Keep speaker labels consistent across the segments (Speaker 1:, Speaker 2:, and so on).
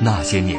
Speaker 1: 那些年，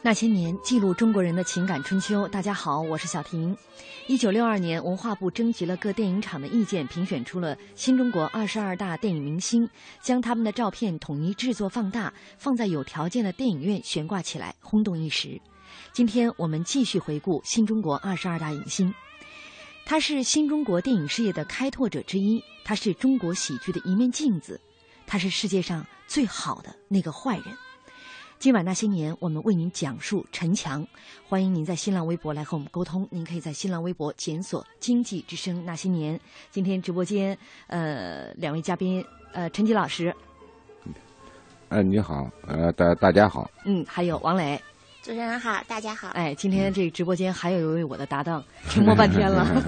Speaker 2: 那些年，记录中国人的情感春秋。大家好，我是小婷。一九六二年，文化部征集了各电影厂的意见，评选出了新中国二十二大电影明星，将他们的照片统一制作放大，放在有条件的电影院悬挂起来，轰动一时。今天我们继续回顾新中国二十二大影星。他是新中国电影事业的开拓者之一，他是中国喜剧的一面镜子，他是世界上最好的那个坏人。今晚那些年，我们为您讲述陈强。欢迎您在新浪微博来和我们沟通，您可以在新浪微博检索“经济之声那些年”。今天直播间，呃，两位嘉宾，呃，陈吉老师，
Speaker 3: 哎，你好，呃，大大家好，
Speaker 2: 嗯，还有王磊，
Speaker 4: 主持人好，大家好。
Speaker 2: 哎，今天这直播间还有一位我的搭档，沉默半天了。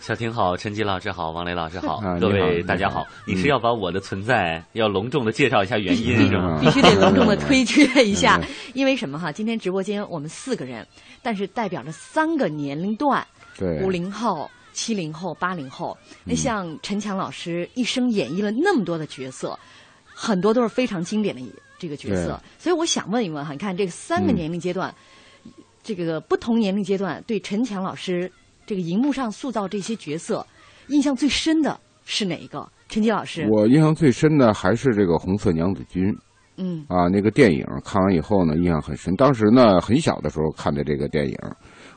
Speaker 5: 小婷好，陈吉老师好，王雷老师好，
Speaker 3: 啊、
Speaker 5: 各位大家好。你是要把我的存在、嗯、要隆重的介绍一下原因 是吗？
Speaker 2: 必须得隆重的推介一下，因为什么哈？今天直播间我们四个人，但是代表着三个年龄段，
Speaker 3: 对，
Speaker 2: 五零后、七零后、八零后。那像陈强老师一生演绎了那么多的角色，很多都是非常经典的这个角色，所以我想问一问哈，你看这三个年龄阶段，嗯、这个不同年龄阶段对陈强老师。这个荧幕上塑造这些角色，印象最深的是哪一个？陈杰老师，
Speaker 3: 我印象最深的还是这个《红色娘子军》。
Speaker 2: 嗯，
Speaker 3: 啊，那个电影看完以后呢，印象很深。当时呢，很小的时候看的这个电影，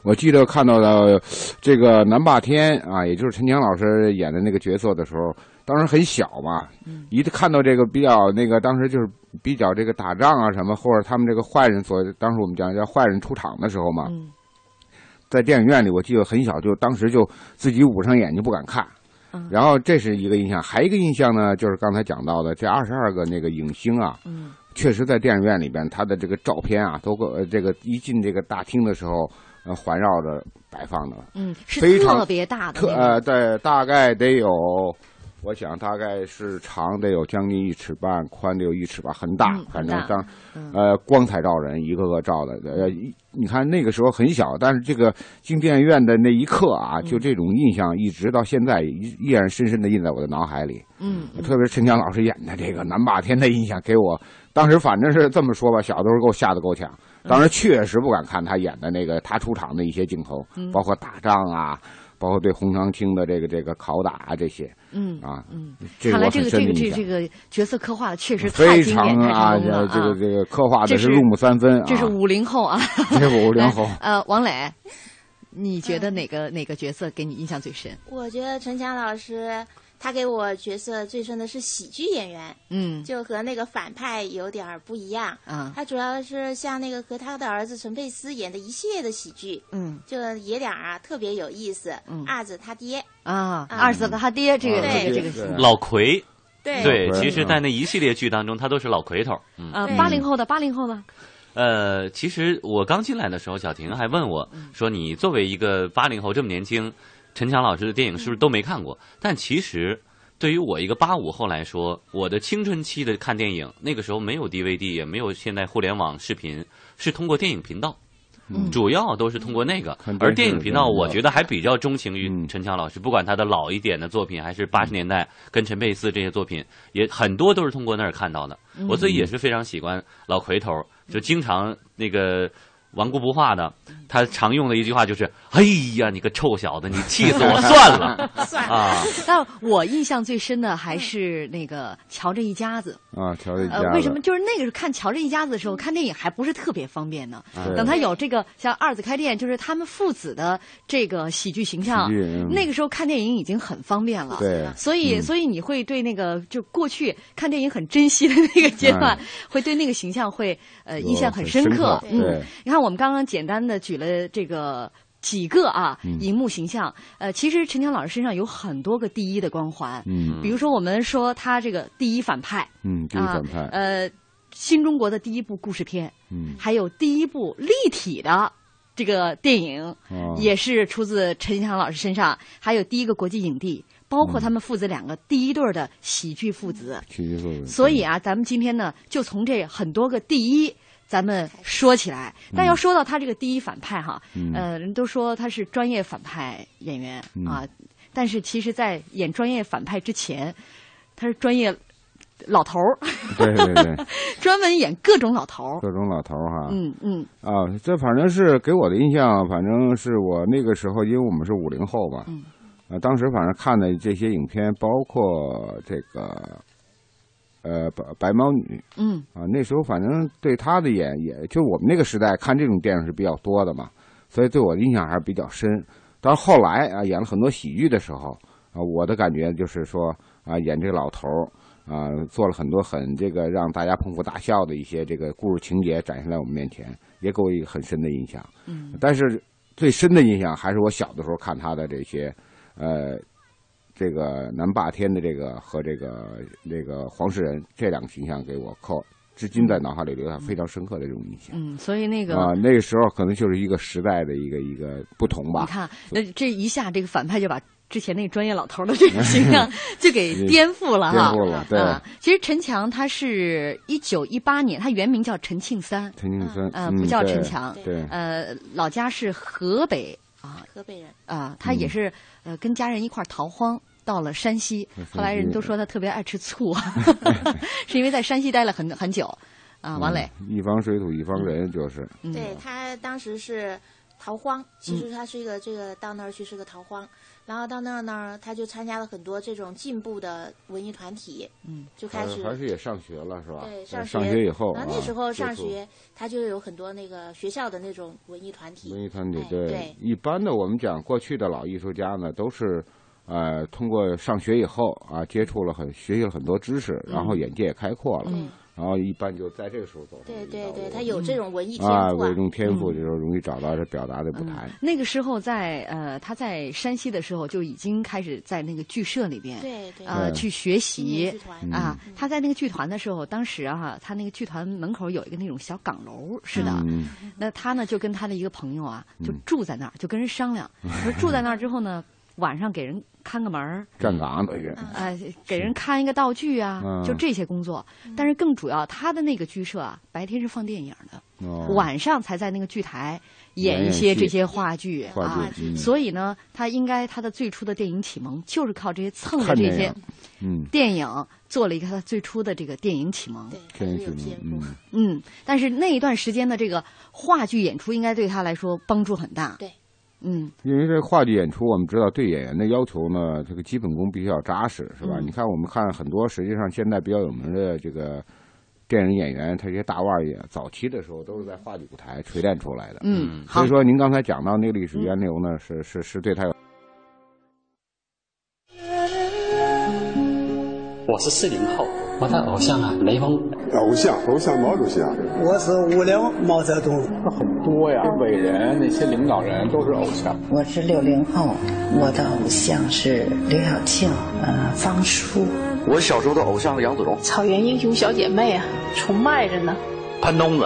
Speaker 3: 我记得看到的这个南霸天啊，也就是陈强老师演的那个角色的时候，当时很小嘛，
Speaker 2: 嗯
Speaker 3: 一看到这个比较那个，当时就是比较这个打仗啊什么，或者他们这个坏人所，当时我们讲叫坏人出场的时候嘛。
Speaker 2: 嗯
Speaker 3: 在电影院里，我记得很小，就当时就自己捂上眼睛不敢看。
Speaker 6: 嗯
Speaker 3: 然后这是一个印象，还一个印象呢，就是刚才讲到的这二十二个那个影星啊，
Speaker 2: 嗯，
Speaker 3: 确实在电影院里边，他的这个照片啊，都呃这个一进这个大厅的时候，呃环绕着摆放的，
Speaker 2: 嗯，是
Speaker 3: 非常呃
Speaker 2: 特别大的，
Speaker 3: 特呃对，大概得有我想大概是长得有将近一尺半，宽得有一尺吧，很大，
Speaker 2: 嗯
Speaker 3: 反正
Speaker 2: 很大
Speaker 3: 当
Speaker 2: 嗯
Speaker 3: 呃光彩照人，一个个照的。呃，一你看那个时候很小，但是这个进电影院的那一刻啊，
Speaker 2: 嗯
Speaker 3: 就这种印象一直到现在依依然深深的印在我的脑海里。
Speaker 2: 嗯嗯
Speaker 3: 特别是陈强老师演的这个南霸天的印象，给我当时反正是这么说吧，小的时候给我吓得够呛。
Speaker 2: 嗯
Speaker 3: 当时确实不敢看他演的那个他出场的一些镜头，
Speaker 2: 嗯
Speaker 3: 包括打仗啊，包括对洪长青的这个这个拷打啊这些。
Speaker 2: 嗯
Speaker 3: 啊，嗯，这
Speaker 2: 看来
Speaker 3: 我
Speaker 2: 这
Speaker 3: 很
Speaker 2: 个这
Speaker 3: 深的
Speaker 2: 个
Speaker 3: 印
Speaker 2: 这
Speaker 3: 象
Speaker 2: 这个角色刻画的确实太
Speaker 3: 嗯非
Speaker 2: 经典、
Speaker 3: 常
Speaker 2: 太
Speaker 3: 啊，
Speaker 2: 成功了
Speaker 3: 这
Speaker 2: 啊！
Speaker 3: 这个这个刻画的
Speaker 2: 这是
Speaker 3: 入木三分啊，
Speaker 2: 这是五零后啊，
Speaker 3: 这是五零后
Speaker 2: 呃，王磊，你觉得哪个、哪个角色给你印象最深？
Speaker 4: 我觉得陈强老师他给我角色最深的是喜剧演员，
Speaker 2: 嗯
Speaker 4: 就和那个反派有点儿不一样。
Speaker 2: 啊
Speaker 4: 他主要是像那个和他的儿子陈佩斯演的一系列的喜剧，
Speaker 2: 嗯
Speaker 4: 就爷俩啊特别有意思。
Speaker 2: 嗯
Speaker 4: 二子他爹，
Speaker 2: 啊，
Speaker 4: 嗯
Speaker 2: 二子和他爹这个
Speaker 4: 对
Speaker 2: 这个这个
Speaker 4: 对
Speaker 5: 老魁，
Speaker 4: 对
Speaker 5: 对
Speaker 4: 老，魁
Speaker 5: 其实，在那一系列剧当中，他都是老魁头。嗯
Speaker 2: 呃，八零后的八零后呢？
Speaker 5: 呃，其实我刚进来的时候，小婷还问我说：“你作为一个八零后这么年轻，陈强老师的电影是不是都没看过？”但其实，对于我一个八五后来说，我的青春期的看电影，那个时候没有 DVD，也没有现在互联网视频，是通过电影频道。
Speaker 7: 嗯
Speaker 5: 主要都是通过那个
Speaker 7: 看，电视
Speaker 5: 而电影频道
Speaker 7: 看
Speaker 5: 我觉得还比较钟情
Speaker 7: 嗯
Speaker 5: 于陈强老师，不管他的老一点的作品，还是八十年代跟陈佩斯这些作品，也很多都是通过那儿看到的
Speaker 7: 嗯。
Speaker 5: 我自己也是非常喜欢老魁头，就经常那个顽固不化的，他常用的一句话就是：“哎呀，你个臭小子，你气 死我 算了。” 啊，
Speaker 2: 但我印象最深的还是那个乔这一家子。
Speaker 3: 啊，乔丽
Speaker 2: 呃，为什么就是那个时候看《乔治一家子》的时候，看电影还不是特别方便呢？
Speaker 3: 嗯对
Speaker 2: 等他有这个像二子开店，就是他们父子的这个喜剧形象
Speaker 3: 喜剧嗯，
Speaker 2: 啊那个时候看电影已经很方便了。
Speaker 3: 对
Speaker 2: 所以
Speaker 3: 嗯
Speaker 2: 所以你会对那个就过去看电影很珍惜的那个阶段
Speaker 3: 哎，
Speaker 2: 会对那个形象会呃
Speaker 3: 有
Speaker 2: 印象
Speaker 3: 很
Speaker 2: 深
Speaker 3: 深
Speaker 2: 刻
Speaker 3: 刻。对
Speaker 2: 嗯，你看我们刚刚简单的举了这个。几个啊
Speaker 3: 嗯，
Speaker 2: 荧幕形象，呃，其实陈强老师身上有很多个第一的光环，
Speaker 3: 嗯
Speaker 2: 比如说我们说他这个第一反派，
Speaker 3: 嗯，第一反派，
Speaker 2: 啊、呃，新中国的第一部故事片，
Speaker 3: 嗯
Speaker 2: 还有第一部立体的这个电影，
Speaker 3: 哦
Speaker 2: 也是出自陈翔老师身上，还有第一个国际影帝，包括他们父子两个第一对儿的喜剧父子。
Speaker 3: 喜剧作品，
Speaker 2: 所以啊，咱们今天呢，就从这很多个第一。咱们说起来，但要说到他这个第一反派哈，
Speaker 3: 嗯
Speaker 2: 呃，人都说他是专业反派演员、
Speaker 3: 嗯
Speaker 2: 啊，但是其实，在演专业反派之前，他是专业老头儿，
Speaker 3: 对对对，
Speaker 2: 专门演各种老头儿。
Speaker 3: 各种老头儿哈，
Speaker 2: 嗯嗯
Speaker 3: 啊，这反正是给我的印象，反正是我那个时候，因为我们是五零后嘛，
Speaker 2: 嗯，
Speaker 3: 啊，当时反正看的这些影片，包括这个，呃，白白毛女
Speaker 2: 嗯
Speaker 3: 啊，那时候反正对她的演，也就我们那个时代看这种电影是比较多的嘛，所以对我的印象还是比较深。但是后来啊，演了很多喜剧的时候啊，我的感觉就是说啊，演这个老头儿。啊，做了很多很这个让大家捧腹大笑的一些这个故事情节展现在我们面前，也给我一个很深的印象。
Speaker 2: 嗯
Speaker 3: 但是最深的印象还是我小的时候看他的这些，呃，这个南霸天的这个和这个这个黄世仁这两个形象给我扣，至今在脑海里留下非常深刻的这种印象。
Speaker 2: 嗯，所以那个、
Speaker 3: 啊，那个时候可能就是一个时代的一个一个不同吧。
Speaker 2: 你看，啊那这一下这个反派就把之前那个专业老头儿的这个形 象就给颠覆了哈，
Speaker 3: 颠覆了对
Speaker 2: 啊。其实陈强他是一九一八年，他原名叫陈庆三，
Speaker 3: 陈庆森，
Speaker 2: 呃，
Speaker 3: 嗯
Speaker 2: 不叫
Speaker 3: 对
Speaker 2: 陈强，
Speaker 3: 对，
Speaker 2: 呃，老家是河北啊，
Speaker 4: 河北人
Speaker 2: 啊，他
Speaker 3: 嗯
Speaker 2: 也是、呃跟家人一块儿逃荒。到了山西
Speaker 4: 嗯，
Speaker 2: 后来人都说他特别爱吃 醋，是因为在山西待了很很久，啊，王磊，嗯
Speaker 3: 嗯，一方水土一方人，就是，
Speaker 4: 对他当时是逃荒，其实他是一个这个到那儿去是个逃荒，然后到那儿呢，他就参加了很多这种进步的文艺团体，
Speaker 2: 嗯，
Speaker 4: 就开始
Speaker 3: 还是也上学了是吧？呃
Speaker 4: 对
Speaker 3: 上
Speaker 4: 学
Speaker 3: 学以后
Speaker 4: 然
Speaker 3: 啊，
Speaker 4: 后那时候上
Speaker 3: 接触
Speaker 4: 学他就有很多那个学校的那种文艺团体，
Speaker 3: 文艺团体
Speaker 4: 哎
Speaker 3: 对
Speaker 4: 对
Speaker 3: 一般的，我们讲过去的老艺术家呢，都是呃通过上学以后啊，接触了很学习了很多知识，然后
Speaker 4: 嗯
Speaker 3: 眼界也开阔了，
Speaker 4: 嗯
Speaker 3: 然后一般就在这个时候走上
Speaker 4: 对对对，他有这种文艺天
Speaker 3: 啊，
Speaker 4: 赋
Speaker 3: 为这种天赋
Speaker 2: 嗯
Speaker 3: 就是容易找到这表达的舞台。
Speaker 4: 嗯
Speaker 2: 那个时候在呃，他在山西的时候就已经开始在那个剧社里边，
Speaker 4: 对对
Speaker 2: 呃，
Speaker 3: 对
Speaker 2: 去学习
Speaker 3: 嗯
Speaker 2: 啊。他在那个剧团的时候，当时啊，他那个剧团门口有一个那种小岗楼似的，
Speaker 3: 嗯
Speaker 2: 那他呢就跟 他的一个朋友啊，就住在那儿，就跟人商量，说住在那儿之后呢，晚上给人看个门儿，
Speaker 3: 站岗等于，
Speaker 2: 呃，给人看一个道具啊，
Speaker 3: 嗯
Speaker 2: 就这些工作。但是更主要，他的那个剧社啊，白天是放电影的，
Speaker 4: 嗯
Speaker 3: 哦
Speaker 2: 晚上才在那个剧台演一
Speaker 3: 演
Speaker 2: 些
Speaker 3: 戏
Speaker 2: 这些话剧
Speaker 3: 话剧
Speaker 2: 啊。
Speaker 3: 嗯
Speaker 2: 所以呢，他应该他的最初的电影启蒙就是靠这些蹭着
Speaker 3: 看
Speaker 2: 这
Speaker 3: 电
Speaker 2: 些
Speaker 3: 影嗯，
Speaker 2: 电影做了一个他最初的这个电影启蒙。
Speaker 3: 天影启蒙，嗯，
Speaker 2: 嗯，但是那一段时间的这个话剧演出，应该对他来说帮助很大。
Speaker 4: 对，
Speaker 2: 嗯，
Speaker 3: 因为这话剧演出，我们知道对演员的要求呢，这个基本功必须要扎实，是吧？
Speaker 2: 嗯
Speaker 3: 你看，我们看很多实际上现在比较有名的这个电影演员，他这些大腕儿也早期的时候都是在话剧舞台锤炼出来的。
Speaker 2: 嗯
Speaker 3: 所以
Speaker 2: 好
Speaker 3: 说您刚才讲到那个历史源流呢，是是是对他有。
Speaker 7: 我是四零后，我的偶像啊，雷锋。
Speaker 6: 偶像，偶像毛主席啊，
Speaker 8: 我是五零毛泽东，很多呀，
Speaker 6: 伟人那些领导人都是偶像。
Speaker 9: 我是六零后，我的偶像是刘晓庆，呃，方舒，
Speaker 10: 我小时候的偶像是杨子荣、
Speaker 11: 草原英雄小姐妹啊，崇拜着呢。
Speaker 10: 潘东子。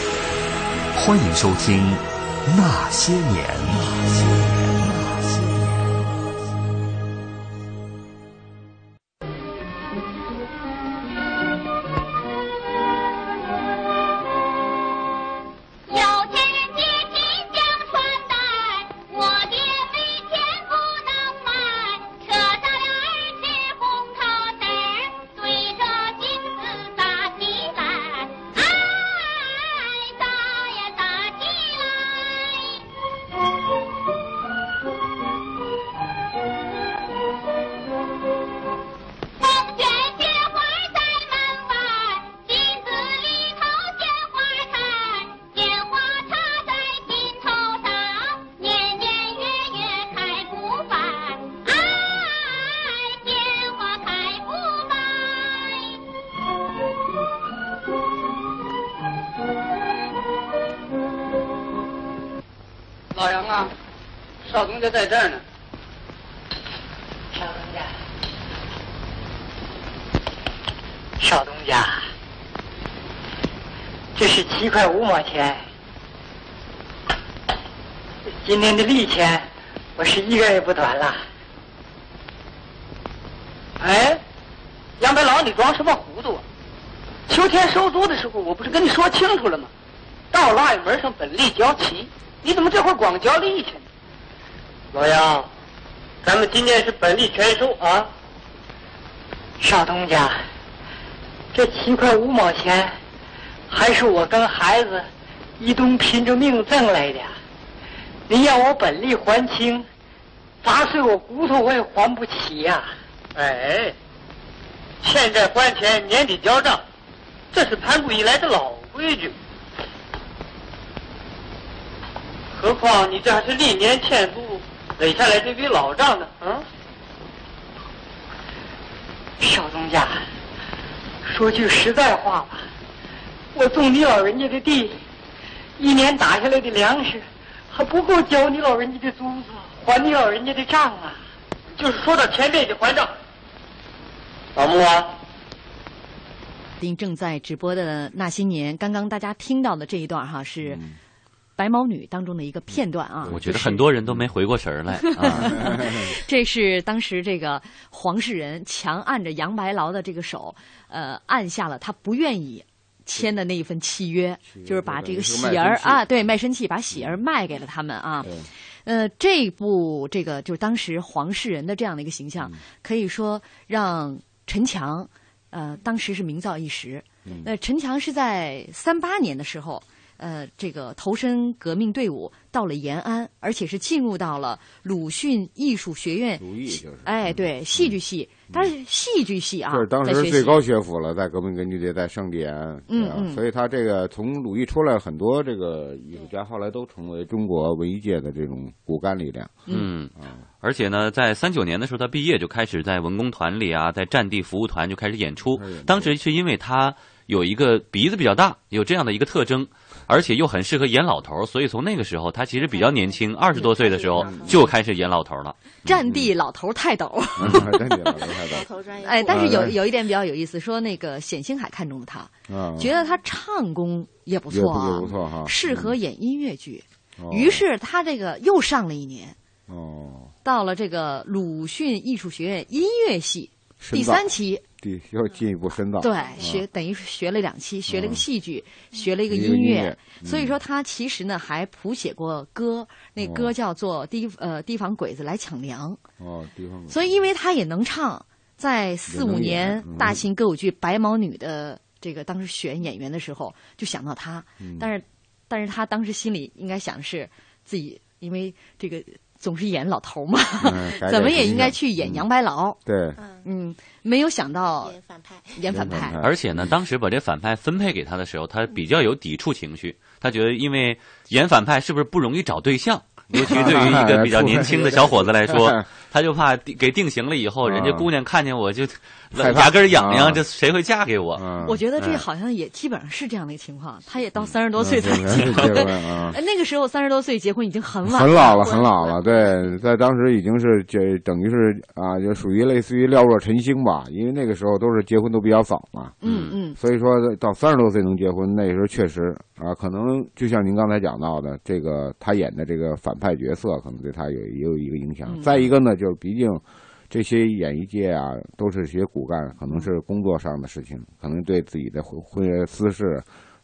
Speaker 1: 欢迎收听《那些年》。
Speaker 12: 有钱人借金将穿戴，我爹没钱不能买，扯到了二尺红头带儿，对着镜子打起来，哎，打呀打起来。风卷雪花在门外，镜子里头鲜花开，鲜花插在心头上，年年月月开不败。哎，鲜花开不败。
Speaker 13: 老杨啊，少东家在这儿呢。
Speaker 14: 少东家，这是七块五毛钱，今天的利钱，我是一个也不短了。
Speaker 13: 哎，杨白劳，你装什么糊涂啊？秋天收租的时候，我不是跟你说清楚了吗？到腊月门上本立交齐，你怎么这会儿光交利去呢？
Speaker 14: 老杨，咱们今天是本利全收啊。少东家，这七块五毛钱，还是我跟孩子一东拼着命挣来的。您要我本利还清，砸碎我骨头我也还不起呀、哎，现在还钱，年底交账，这是盘古以来的老规矩。何况你这还是历年欠租，垒下来这笔老账呢。嗯，少东家，说句实在话吧，我种你老人家的地，一年打下来的粮食还不够交你老人家的租子，还你老人家的账啊。就是说到前面就还账。老穆啊，
Speaker 2: 您正在直播的《那些年》，刚刚大家听到的这一段哈是《
Speaker 3: 嗯
Speaker 2: 白毛女》当中的一个片段啊。
Speaker 5: 我觉得很多人都没回过神儿来啊。
Speaker 15: 嗯
Speaker 2: 这是当时这个黄世仁强按着杨白劳的这个手，呃，按下了他不愿意签的那一份契约，就是把这个喜儿
Speaker 15: 就等于是卖身契嗯
Speaker 2: 啊，对，卖身契把喜儿卖给了他们啊。呃，这部这个就是当时黄世仁的这样的一个形
Speaker 15: 嗯
Speaker 2: 象，可以说让陈强，呃，当时是名噪一时。
Speaker 12: 嗯
Speaker 2: 那陈强是在三八年的时候，呃，这个投身革命队伍，到了延安，而且是进入到了鲁迅艺术学院，
Speaker 3: 鲁艺就是嗯
Speaker 2: 哎，对，戏剧系，他是戏剧系啊，
Speaker 3: 这是当
Speaker 2: 在
Speaker 3: 时
Speaker 2: 学习
Speaker 3: 最高学府了，在革命根据地，在圣地安，
Speaker 2: 嗯
Speaker 3: 对吧
Speaker 2: 嗯
Speaker 3: 所以他这个从鲁艺出来，很多这个艺术家后来都成为中国文艺界的这种骨干力量。
Speaker 5: 嗯，而且呢，在三九年的时候，他毕业就开始在文工团里啊，在战地服务团就开始演出。当时是因为他有一个鼻子比较大，有这样的一个特征，而且又很适合演老头儿，所以从那个时候，他其实比较年轻，二十多岁的时候就开始演老头儿了。
Speaker 3: 嗯
Speaker 2: 战地老头儿泰 斗。
Speaker 5: 嗯
Speaker 2: 哎，但
Speaker 3: 嗯
Speaker 2: 是有有一点比较有意思，说那个冼星海看中了他，
Speaker 3: 啊，
Speaker 2: 觉得他唱功也不
Speaker 3: 也
Speaker 2: 错
Speaker 3: 不
Speaker 2: 啊，
Speaker 3: 也不错哈嗯
Speaker 2: 适合演音乐剧。
Speaker 3: 哦
Speaker 2: 于是他这个又上了一年，
Speaker 3: 哦，
Speaker 2: 到了这个鲁迅艺术学院音乐系
Speaker 3: 深造
Speaker 2: 第三期，
Speaker 3: 第又进一步深造，
Speaker 2: 对，
Speaker 3: 啊
Speaker 2: 学等于是学了两期，学了个
Speaker 3: 嗯
Speaker 2: 戏剧，学了一个
Speaker 3: 一个音
Speaker 2: 乐
Speaker 3: 乐，嗯
Speaker 2: 所以说他其实呢还谱写过歌，那
Speaker 3: 哦
Speaker 2: 歌叫做《提呃提防鬼子来抢粮》，
Speaker 3: 哦，地方
Speaker 2: 所
Speaker 3: 以
Speaker 2: 以因为他也能唱，在四五
Speaker 3: 能演
Speaker 2: 年
Speaker 3: 嗯
Speaker 2: 大型歌舞剧《白毛女》的这个当时选演员的时候，就想到他，
Speaker 3: 嗯
Speaker 2: 但是但是他当时心里应该想的是自己，因为这个总是演老头嘛，
Speaker 3: 嗯改
Speaker 2: 怎么
Speaker 3: 改
Speaker 2: 也
Speaker 3: 形
Speaker 2: 应该
Speaker 3: 象
Speaker 2: 去演杨白劳，
Speaker 3: 对，
Speaker 2: 嗯，没有想到演
Speaker 4: 反派，
Speaker 2: 演反派，
Speaker 5: 而且呢，当时把这反派分配给他的时候，他比较有抵触情绪，他觉得因为演反派是不是不容易找对象？尤其对于一个比较年轻的小伙子来说，他就怕定给定型了以后，人家姑娘看见我就
Speaker 3: 害怕
Speaker 5: 牙根痒
Speaker 3: 啊
Speaker 5: 痒，这谁会嫁给我？
Speaker 2: 我觉得这
Speaker 5: 嗯
Speaker 2: 好像也基本上是这样的一个情况，他也到三十多
Speaker 3: 嗯
Speaker 2: 岁 才
Speaker 3: 嗯
Speaker 2: 结
Speaker 3: 嗯
Speaker 2: 婚
Speaker 3: 结婚 啊，
Speaker 2: 哎那个时候三十多岁结婚已经很晚，
Speaker 3: 很老了，很老了。对，在当时已经是这等于是啊，就属于类似于寥若晨星吧，因为那个时候都是结婚都比较早嘛。
Speaker 2: 嗯嗯
Speaker 3: 所以说到三十多岁能结婚，那时候确实啊，可能就像您刚才讲到的，这个他演的这个反派角色，可能对他有也有一个影响。
Speaker 2: 嗯
Speaker 3: 再一个呢，就是毕竟这些演艺界啊，都是些骨干，可能是工作上的事情，可能对自己的婚婚私事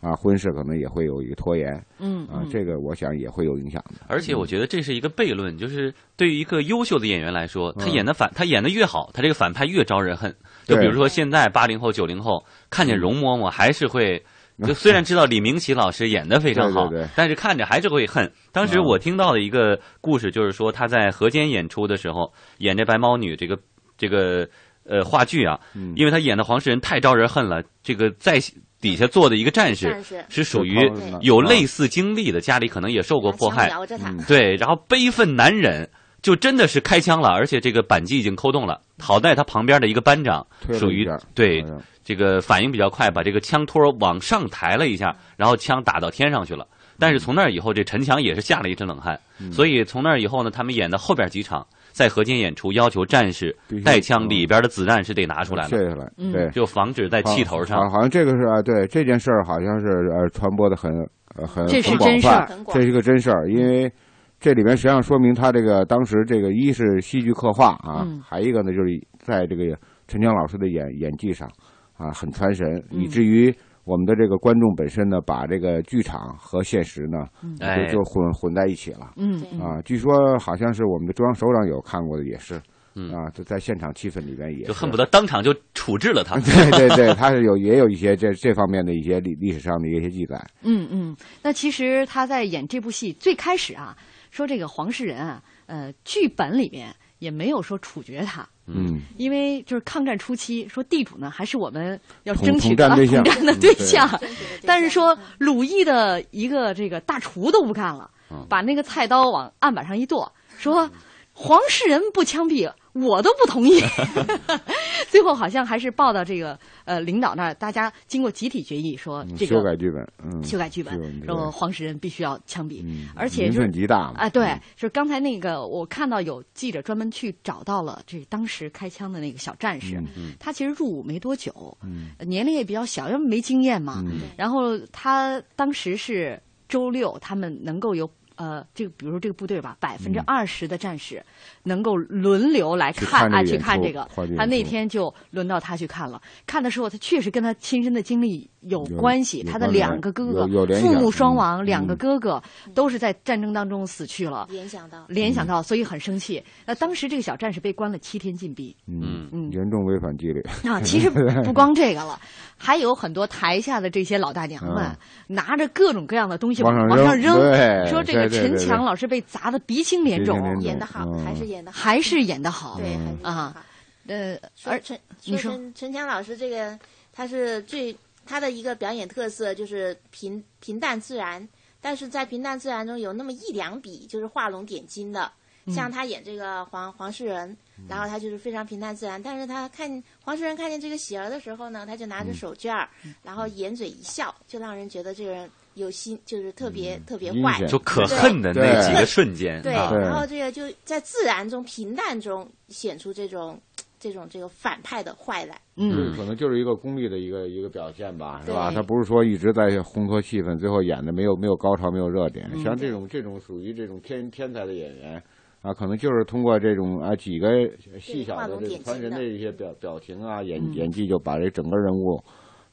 Speaker 3: 啊、婚事可能也会有一个拖延。
Speaker 2: 嗯
Speaker 3: 啊
Speaker 2: 嗯，
Speaker 3: 这个我想也会有影响的。
Speaker 5: 而且我觉得这是一个悖论，就是对于一个优秀的演员来说，他演的反他演的越好，他这个反派越招人恨。就
Speaker 3: 嗯对嗯
Speaker 5: 比如说现在八零后、九零后看见容嬷嬷还是会。就虽然知道李明启老师演的非常好，
Speaker 3: 对对对嗯
Speaker 5: 但是看着还是会恨。当时我听到的一个故事，就是说他在河间演出的时候，演这白毛女这个这个呃话剧啊，
Speaker 3: 嗯
Speaker 5: 因为他演的黄世仁太招人恨了，这个在底下坐的一个战士
Speaker 4: 战士
Speaker 5: 是属于
Speaker 4: 对
Speaker 5: 有类似经历的，家里可能也受过迫
Speaker 4: 拿
Speaker 5: 害
Speaker 4: 枪瞄着他嗯，
Speaker 5: 对，然后悲愤难忍，就真的是开枪了，而且这个扳机已经扣动了。好在他旁边的一个班长
Speaker 3: 推了
Speaker 5: 属
Speaker 3: 一
Speaker 5: 于
Speaker 3: 下哎
Speaker 5: 对这个反应比较快，把这个枪托往上抬了一下，然后枪打到天上去了。
Speaker 3: 嗯
Speaker 5: 但是从那以后，这陈强也是吓了一身冷汗。所以从那以后呢，他们演的后边几场在河间演出，要求战士
Speaker 3: 必须
Speaker 5: 带枪里边的子弹是得拿出来
Speaker 3: 卸
Speaker 5: 的，
Speaker 3: 下来对
Speaker 5: 就防止在气头
Speaker 3: 好
Speaker 5: 上。
Speaker 3: 好像这个是啊，对这件事儿好像是呃传播的很呃很
Speaker 5: 这是
Speaker 3: 很广
Speaker 5: 真事儿
Speaker 3: 泛，这是一个真事儿，因为这里面实际上说明他这个当时这个一是戏剧刻画啊，
Speaker 16: 嗯
Speaker 3: 还一个呢就是在这个陈江老师的演演技上啊很传神，
Speaker 16: 嗯
Speaker 3: 以至于。我们的这个观众本身呢，把这个剧场和现实呢，
Speaker 16: 嗯
Speaker 3: 就
Speaker 16: 哎
Speaker 3: 就混混在一起了。
Speaker 16: 嗯对
Speaker 3: 啊，据说好像是我们的中央首长有看过的，也是啊，就在现场气氛里边也
Speaker 5: 嗯就是恨不得当场就处置了 他。
Speaker 3: 对对对，他是有也有一些这这方面的一些历历史上的一些记载。
Speaker 2: 嗯嗯，那其实他在演这部戏最开始啊，说这个黄世仁啊，呃，剧本里面也没有说处决他，
Speaker 3: 嗯，
Speaker 2: 因为就是抗战初期，说地主呢还是我们要
Speaker 3: 统
Speaker 2: 争取
Speaker 3: 统战
Speaker 2: 的
Speaker 3: 对
Speaker 2: 统
Speaker 3: 象
Speaker 2: 战的
Speaker 3: 嗯
Speaker 2: 对
Speaker 3: 对
Speaker 2: 象，但是说鲁艺的一个这个大厨都不干了，
Speaker 3: 嗯
Speaker 2: 把那个菜刀往案板上一剁，说黄世仁不枪毙。我都不 同意， 最后好像还是报到这个呃领导那儿，大家经过集体决议说这个
Speaker 3: 嗯修改剧本，嗯，
Speaker 2: 修改剧本，
Speaker 3: 对
Speaker 2: 说黄世仁必须要枪毙，而且
Speaker 3: 民
Speaker 2: 就是
Speaker 3: 愤极大嘛
Speaker 2: 啊，对，就是刚才那个我看到有记者专门去找到了这当时开枪的那个小战
Speaker 3: 嗯
Speaker 2: 士，他其实入伍没多久，呃年龄也比较小，因为没经验嘛，
Speaker 3: 嗯
Speaker 2: 然后他当时是周六，他们能够有。呃，这个比如说这个部队
Speaker 3: 嗯
Speaker 2: 吧，百分之二十的战士能够轮流来
Speaker 3: 去
Speaker 2: 看
Speaker 3: 看
Speaker 2: 啊，
Speaker 3: 这
Speaker 2: 去
Speaker 3: 演
Speaker 2: 看
Speaker 3: 出
Speaker 2: 这个
Speaker 3: 话剧。
Speaker 2: 他
Speaker 3: 演
Speaker 2: 那
Speaker 3: 出
Speaker 2: 天就轮到他去看了，看的时候他确实跟他亲身的经历有关系，
Speaker 3: 嗯有
Speaker 2: 他的
Speaker 3: 关联
Speaker 2: 两个哥哥
Speaker 3: 有有联
Speaker 2: 父
Speaker 3: 想
Speaker 2: 母双
Speaker 3: 嗯
Speaker 2: 亡，两个
Speaker 3: 嗯嗯
Speaker 2: 哥哥都是在战争当中死去了，
Speaker 4: 联想到
Speaker 2: 联想到，所以很生气。那当时这个小战士被关了七天禁闭。
Speaker 3: 嗯，严重违反纪律
Speaker 2: 啊，其实 不光这个了，还有很多台下的这些老大娘们、
Speaker 3: 嗯
Speaker 2: 拿着各种各样的东西
Speaker 3: 往上
Speaker 2: 上
Speaker 3: 扔
Speaker 2: 扔，
Speaker 3: 对
Speaker 2: 说这个
Speaker 3: 对对
Speaker 2: 陈
Speaker 3: 对对
Speaker 2: 强老师被砸得鼻青脸
Speaker 3: 鼻青
Speaker 2: 肿，
Speaker 3: 脸
Speaker 4: 演得
Speaker 3: 嗯
Speaker 4: 好，还是演得好，
Speaker 2: 还是演得好，
Speaker 4: 对，还是
Speaker 2: 啊，呃，
Speaker 4: 说
Speaker 2: 而
Speaker 4: 陈
Speaker 2: 你说
Speaker 4: 陈陈强老师这个，他是最他的一个表演特色就是平平淡自然，但是在平淡自然中有那么一两笔就是画龙点睛的，
Speaker 16: 嗯
Speaker 4: 像他演这个黄黄世仁，
Speaker 2: 嗯
Speaker 4: 然后他就是非常平淡自然，但是他看黄世仁看见这个喜儿的时候呢，他就拿
Speaker 2: 嗯
Speaker 4: 着手绢儿，然后掩嘴一笑，就让人觉得这个人有心，就是特
Speaker 2: 嗯
Speaker 4: 别特别坏，
Speaker 5: 就可恨的那几个瞬间，
Speaker 4: 对，
Speaker 5: 啊
Speaker 4: 然后这个就在自然中、平淡中显出这种、这种、这个反派的坏来。
Speaker 2: 嗯
Speaker 3: 就是可能就是一个功利的一个一个表现吧，是吧？
Speaker 4: 对
Speaker 3: 他不是说一直在烘托气氛，最后演的没有没有高潮，没有热点。
Speaker 6: 嗯
Speaker 3: 像这种这种属于这种天天才的演员啊，可能就是通过这种啊几个细小
Speaker 6: 画
Speaker 3: 的
Speaker 6: 龙
Speaker 3: 这
Speaker 6: 点睛
Speaker 3: 种传神的一些表表情啊，演
Speaker 2: 嗯
Speaker 3: 演技就把这整个人物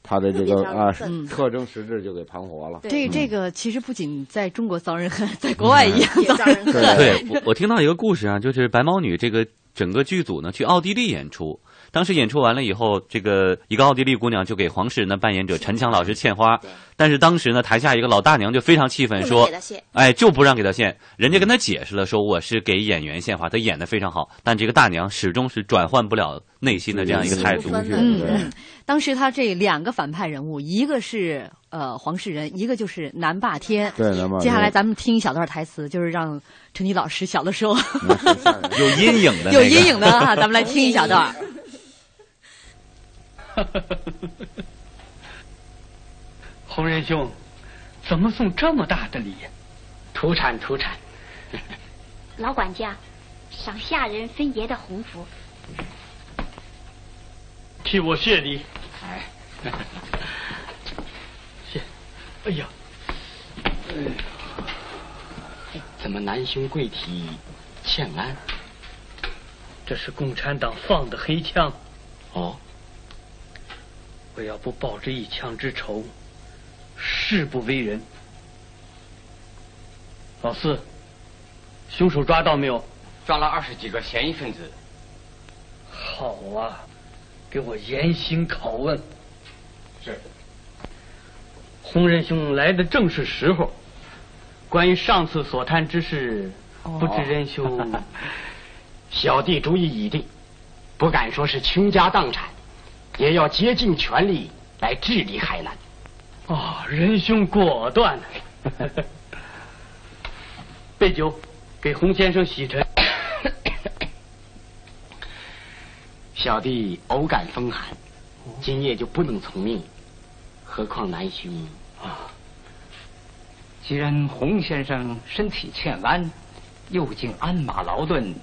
Speaker 3: 他的这
Speaker 2: 特
Speaker 3: 个
Speaker 2: 别
Speaker 3: 啊
Speaker 2: 着嗯
Speaker 3: 特征实质就给盘活了。
Speaker 2: 这
Speaker 3: 嗯
Speaker 2: 这个其实不仅在中国遭人恨，在国外一样遭人恨。
Speaker 5: 对，我我听到一个故事啊，就是白毛女这个整个剧组呢去奥地利演出，当时演出完了以后，这个一个奥地利姑娘就给黄世仁的扮演者陈强老师献花，但是当时呢台下一个老大娘就非常气愤
Speaker 4: 不能
Speaker 5: 说
Speaker 4: 给她献，
Speaker 5: 哎就不让给她献，人家跟她解释了说我是给演员献花，她演的非常好，但这个大娘始终是转换不了内心的这样一个态度，
Speaker 2: 嗯嗯，当时他这两个反派人物，一个是呃黄世仁，一个就是南霸天。
Speaker 3: 对南霸天
Speaker 2: 接下来咱们听一小段台词，就是让陈迪老师小的时候
Speaker 5: 有阴影的那
Speaker 2: 有
Speaker 5: 个
Speaker 2: 阴影的啊，咱们来听一小段。
Speaker 17: 洪仁兄，怎么送这么大的礼呀？土产土产，
Speaker 18: 老管家，赏下人分爷的红福。
Speaker 17: 替我谢礼。哎， 谢。哎呀，哎呀，怎么南兄贵体欠安？这是共产党放的黑枪。哦。我要不报这一枪之仇，誓不为人。老四，凶手抓到没有？
Speaker 15: 抓了二十几个嫌疑分子，
Speaker 17: 好啊，给我严刑拷问。是。洪仁兄来的正是时候。关于上次所谈之事，不知仁兄
Speaker 7: 小弟主意已定，不敢说是倾家荡产，也要竭尽全力来治理海南。
Speaker 17: 哦，仁兄果断。 备酒，给洪先生洗尘。
Speaker 7: 小弟偶感风寒，今夜就不能从命，何况南兄啊。
Speaker 15: 既然洪先生身体欠安，又经鞍马劳顿，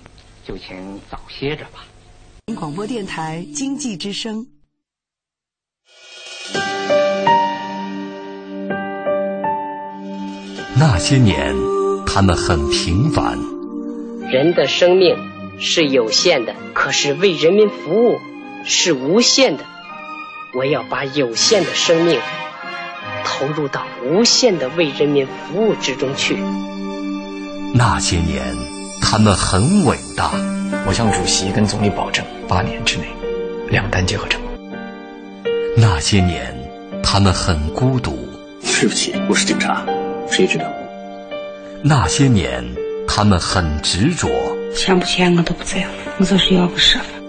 Speaker 15: 就请早歇着吧。
Speaker 19: 广播电台经济之声。
Speaker 1: 那些年，他们很平凡，
Speaker 20: 人的生命是有限的，可是为人民服务是无限的。我要把有限的生命投入到无限的为人民服务之中去。
Speaker 1: 那些年，他们很伟大。
Speaker 21: 我向主席跟总理保证，八年之内，两弹结合成功。
Speaker 1: 那些年，他们很孤独。
Speaker 21: 对不起，我是警察，谁知道？
Speaker 1: 那些年，他们很执着。
Speaker 22: 签不签我都不在乎，我就是要个身份。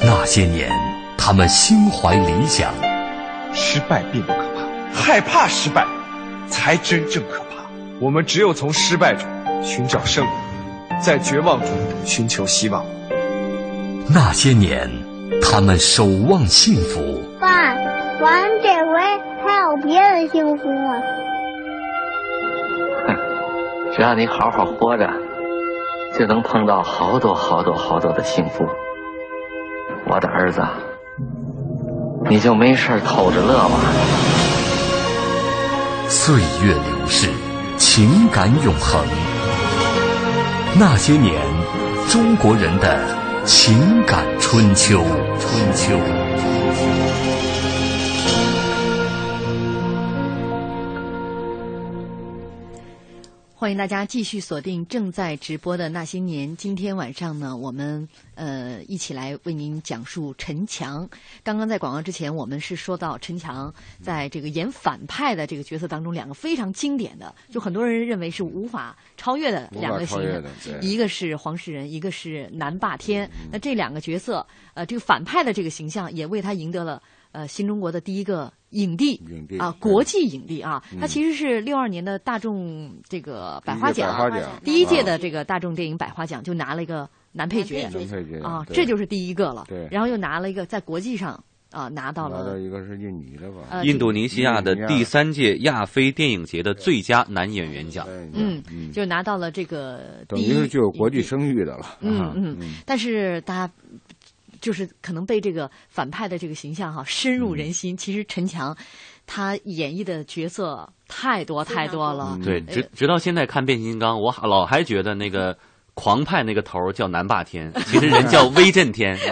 Speaker 1: 那些年，他们心怀理想。
Speaker 23: 失败并不可怕，害怕失败才真正可怕。我们只有从失败中寻找胜利，在绝望中寻求希望。
Speaker 1: 那些年，他们守望幸福。
Speaker 24: 爸，玩这回还有别的幸福吗？
Speaker 25: 只要你好好活着，就能碰到好多好多好多的幸福。我的儿子，你就没事儿偷着乐吧。
Speaker 1: 岁月流逝，情感永恒。那些年，中国人的情感春秋。春秋。
Speaker 2: 欢迎大家继续锁定正在直播的《那些年》。今天晚上呢，我们呃一起来为您讲述陈强。刚刚在广告之前，我们是说到陈强在这个演反派的这个角色当中，两个非常经典的，就很多人认为是无法超越的
Speaker 3: 无法
Speaker 2: 两个形
Speaker 3: 超越
Speaker 2: 象
Speaker 3: 的，对
Speaker 2: 一个是黄世仁，一个是南霸天。那这两个角色，呃，这个反派的这个形象也为他赢得了呃新中国的第一个影帝。
Speaker 3: 影帝
Speaker 2: 啊，国际影帝啊，
Speaker 3: 嗯
Speaker 2: 它其实是六二年的大众这个百花奖，啊
Speaker 3: 百花奖啊
Speaker 2: 第一届的这个大众电影百花奖就拿了一个男配角，
Speaker 3: 男配角
Speaker 2: 啊，
Speaker 3: 对
Speaker 2: 这就是第一个了。
Speaker 3: 对
Speaker 2: 然后又拿了一个在国际上啊拿到
Speaker 3: 拿到
Speaker 2: 了
Speaker 3: 一个是印尼的吧？
Speaker 2: 呃
Speaker 5: 印度尼西亚的第三届亚非电影节的最佳男演员奖。
Speaker 2: 嗯，就拿到了这个
Speaker 3: 等
Speaker 2: 第
Speaker 3: 于是
Speaker 2: 一
Speaker 3: 具有国际声誉的了。
Speaker 2: 嗯
Speaker 3: 啊
Speaker 2: 嗯，但是大家就是可能被这个反派的这个形象哈、深入人
Speaker 3: 嗯
Speaker 2: 心。其实陈强他演绎的角色太多
Speaker 3: 嗯
Speaker 2: 太多了，
Speaker 5: 对，
Speaker 2: 呃
Speaker 5: 直直到现在看变形金刚，我还老还觉得那个狂派那个头儿叫南霸天，其实人叫 啊威震天。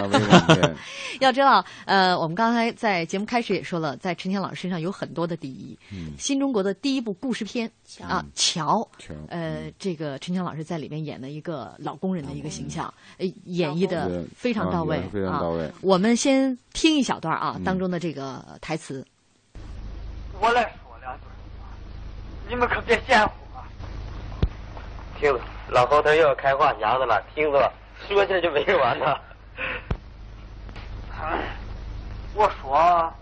Speaker 2: 要知道，呃，我们刚才在节目开始也说了，在陈强老师身上有很多的第一。
Speaker 3: 嗯
Speaker 2: 新中国的第一部故事片啊，乔，
Speaker 3: 乔嗯
Speaker 2: 呃，这个陈强老师在里面演的一个老工人的一个形象，呃，演绎的非常到位
Speaker 3: 啊演得非常到位
Speaker 2: 我们先听一小段啊
Speaker 3: 嗯
Speaker 2: 当中的这个台词。
Speaker 14: 我来说两句，你们可别嫌乎啊！听着，老头他又要开话匣子了，听着吧，说这就没完了。我说，啊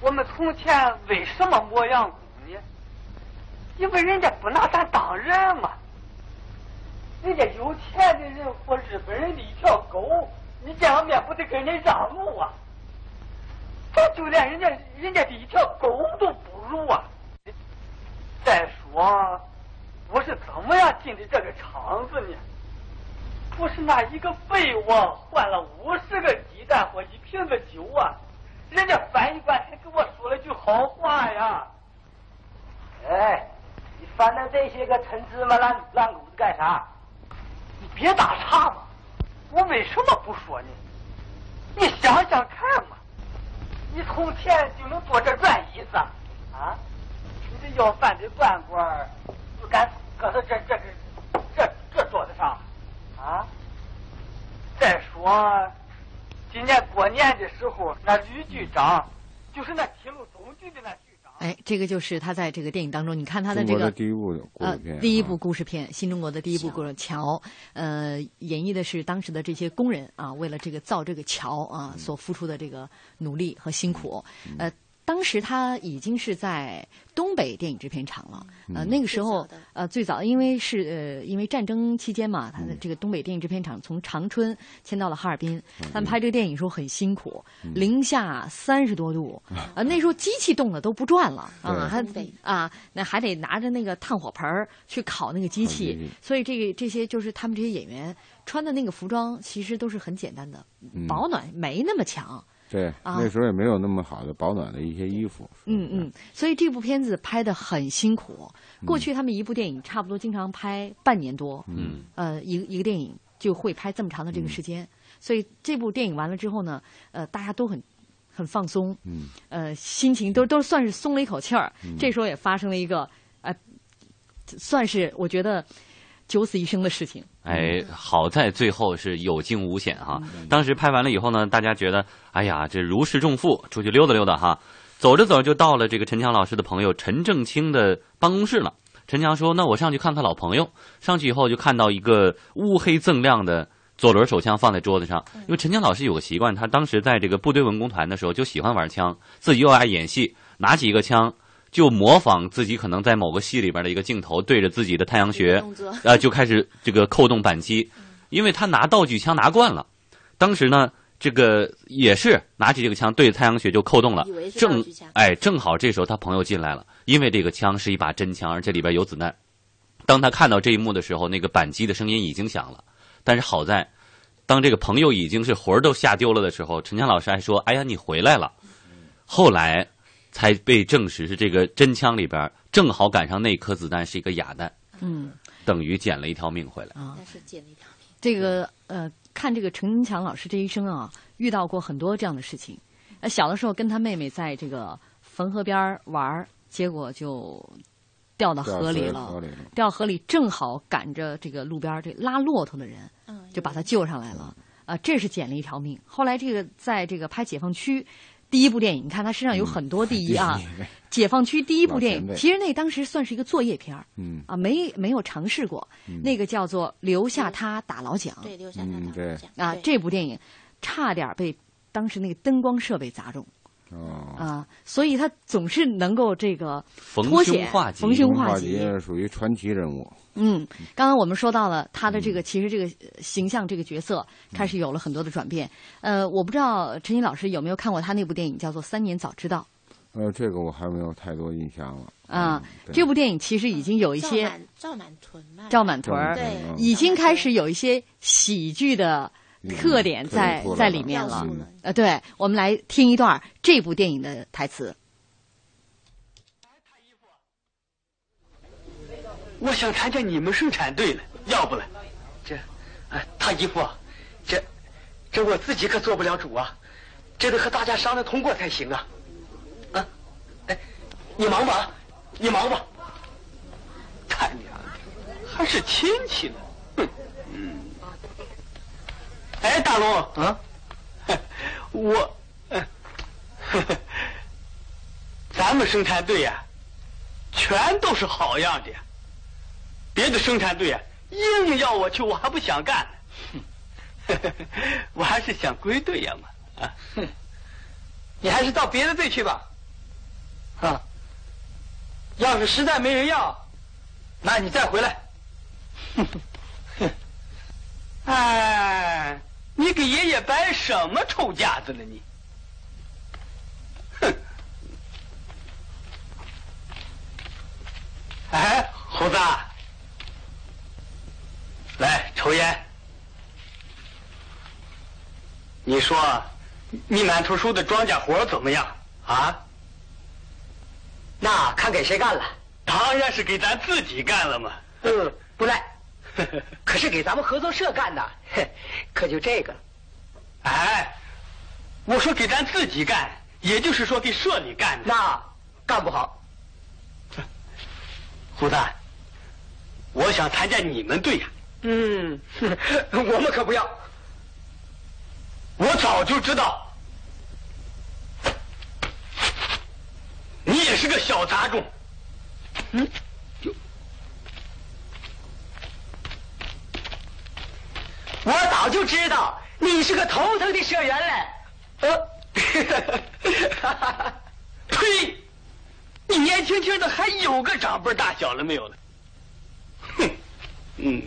Speaker 14: 我们从前为什么模样古呢？因为人家不拿咱当人嘛。人家有钱的人或日本人的一条狗，你见了面不得跟人家让路啊？咱就连人家人家的一条狗都不如啊！再说，我是怎么样进的这个厂子呢？不是那一个废物换了五十个鸡蛋或一瓶子酒啊！人家翻译官还跟我说了句好话呀！哎，你翻腾这些个陈芝麻烂烂谷子干啥？你别打岔嘛！我为什么不说呢？你想想看嘛！你从前就能坐这软椅子，啊？你这要饭的官官儿，不敢搁到这这个这这桌子上，啊？再说，今年过年的时候，那吕局长，就是那铁路总局的那局长，
Speaker 2: 哎，这个就是他在这个电影当中，你看他的
Speaker 3: 中
Speaker 2: 这
Speaker 3: 国
Speaker 2: 个
Speaker 3: 的第一部故事片啊
Speaker 2: 呃，第一部故事片，新中国的第一部故事《桥》，呃，演绎的是当时的这些工人啊，为了这个造这个桥啊，所付出的这个努力和辛苦。呃，当时他已经是在东北电影制片厂了，呃，
Speaker 16: 嗯
Speaker 2: 那个时候呃最早，因为是呃因为战争期间嘛，他的
Speaker 16: 嗯
Speaker 2: 这个东北电影制片厂从长春迁到了哈尔滨，他们拍这个电影时候很辛苦，零下三十多度，呃，那时候机器冻的都不转了啊，
Speaker 3: 对
Speaker 2: 还啊，那还得拿着那个炭火盆儿去烤那个机
Speaker 3: 烤机
Speaker 2: 器
Speaker 3: 器，
Speaker 2: 所以这个这些就是他们这些演员穿的那个服装其实都是很简单的，
Speaker 3: 嗯
Speaker 2: 保暖没那么强。
Speaker 3: 对，
Speaker 2: 啊
Speaker 3: 那时候也没有那么好的保暖的一些衣服。
Speaker 2: 嗯嗯，所以这部片子拍的很辛苦。过去他们一部电影差不多经常拍半年多，
Speaker 3: 嗯，
Speaker 2: 呃，一个一个电影就会拍这么长的这个时间，所以这部电影完了之后呢，呃，大家都很很放松，
Speaker 3: 嗯，
Speaker 2: 呃，心情都都算是松了一口气儿。
Speaker 3: 嗯
Speaker 2: 这时候也发生了一个，呃，算是我觉得九死一生的事情。
Speaker 5: 哎，
Speaker 26: 嗯
Speaker 5: 好在最后是有惊无险哈。当时拍完了以后呢，大家觉得，哎呀，这如释重负，出去溜达溜达哈。走着走着就到了这个陈强老师的朋友陈正清的办公室了。陈强说：“那我上去看看老朋友。”上去以后就看到一个乌黑锃亮的左轮手枪放在桌子上。
Speaker 26: 嗯
Speaker 5: 因为陈强老师有个习惯，他当时在这个部队文工团的时候就喜欢玩枪，自己又爱演戏，拿起一个枪就模仿自己可能在某个戏里边的一个镜头，对着自己的太阳穴
Speaker 26: 动作，
Speaker 5: 啊，就开始这个扣动扳机，因为他拿道具枪拿惯了。当时呢，这个也是拿起这个枪对着太阳穴就扣动了
Speaker 26: 以为，是道
Speaker 5: 正
Speaker 26: 具枪
Speaker 5: 哎，正好这时候他朋友进来了，因为这个枪是一把真枪，而且里边有子弹。当他看到这一幕的时候，那个扳机的声音已经响了，但是好在，当这个朋友已经是魂儿都吓丢了的时候，陈强老师还说：“哎呀，你回来了。”后来才被证实是这个真枪里边正好赶上那颗子弹是一个哑弹，
Speaker 2: 嗯，
Speaker 5: 等于捡了一条命回来。
Speaker 2: 啊，
Speaker 26: 是捡了一条命。
Speaker 2: 这个呃，看这个陈强老师这一生啊，遇到过很多这样的事情。呃，小的时候跟他妹妹在这个汾河边儿玩儿，结果就掉到河里
Speaker 3: 掉
Speaker 2: 了
Speaker 3: 河里了，
Speaker 2: 掉河里正好赶着这个路边儿这拉骆驼的人，
Speaker 4: 嗯
Speaker 2: 就把他救上来了。啊，这是捡了一条命。后来这个在这个拍《解放区》第一部电影，你看他身上有
Speaker 3: 嗯
Speaker 2: 很多第一 啊，解放区》第一部电
Speaker 3: 老前
Speaker 2: 影，
Speaker 3: 辈
Speaker 2: 其实那当时算是一个作业片儿
Speaker 3: 嗯
Speaker 2: 啊，没没有尝试过。
Speaker 3: 嗯
Speaker 2: 那个叫做《留下他打老蒋》，
Speaker 4: 对，留下他
Speaker 3: 嗯，对，
Speaker 2: 啊，这部电影差点被当时那个灯光设备砸中。
Speaker 3: 哦，
Speaker 2: 啊，所以他总是能够这个
Speaker 3: 逢
Speaker 2: 脱险，逢凶化
Speaker 3: 吉
Speaker 2: 吉。
Speaker 3: 属于传奇人物。
Speaker 2: 嗯，刚刚我们说到了他的这个，其实这个呃形象、这个角色开始有了很多的转变。呃，我不知道陈曦老师有没有看过他那部电影，叫做《三年早知道
Speaker 3: 呃，这个我还没有太多印象了。》
Speaker 2: 啊。
Speaker 3: 对
Speaker 2: 这部电影其实已经有一些
Speaker 4: 赵满屯嘛，
Speaker 2: 赵满屯儿
Speaker 4: 对，
Speaker 2: 已经开始有一些喜剧的特点在
Speaker 4: 嗯
Speaker 2: 在里面了
Speaker 4: 要素了。
Speaker 2: 呃，对，我们来听一段这部电影的台词。
Speaker 16: 我想参加你们生产队了，要不了。这，哎，他姨夫，这，这我自己可做不了主啊，这得和大家商量通过才行啊。啊，哎，你忙吧啊，你忙吧。他娘的，还是亲戚呢。哼嗯。哎，大龙啊， 我， 嗯呵呵咱们生产队呀、全都是好样的呀。别的生产队啊，硬要我去，我还不想干 呢。哼我还是想归队呀嘛。啊，哼，你还是到别的队去吧。啊，要是实在没人要，那你再回来。 哼，哎，你给爷爷摆什么臭架子了你？哼，哎，猴子啊。来抽烟。你说你满处叔的庄稼活怎么样啊？那看给谁干了？当然是给咱自己干了嘛。嗯，不 赖。可是给咱们合作社干的， 可就这个。哎，我说给咱自己干，也就是说给社里干的。那干不好。胡蛋，我想参加你们队呀、嗯， 我们可不要。我早就知道，你也是个小杂种。嗯，我早就知道你是个头疼的社员了。呃， 呸！你年轻轻的还有个长辈大小了没有了？哼，嗯。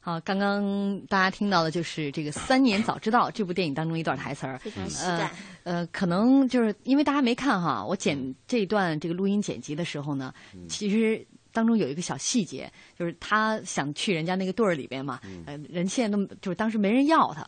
Speaker 2: 好，刚刚大家听到的就是这个《三年早知道》这部电影当中一段台词儿，
Speaker 4: 非常喜感
Speaker 2: 呃。呃，可能就是因为大家没看哈，我剪这一段这个录音剪辑的时候呢，其实当中有一个小细节，就是他想去人家那个队儿里边嘛，呃，人现在都就是当时没人要他，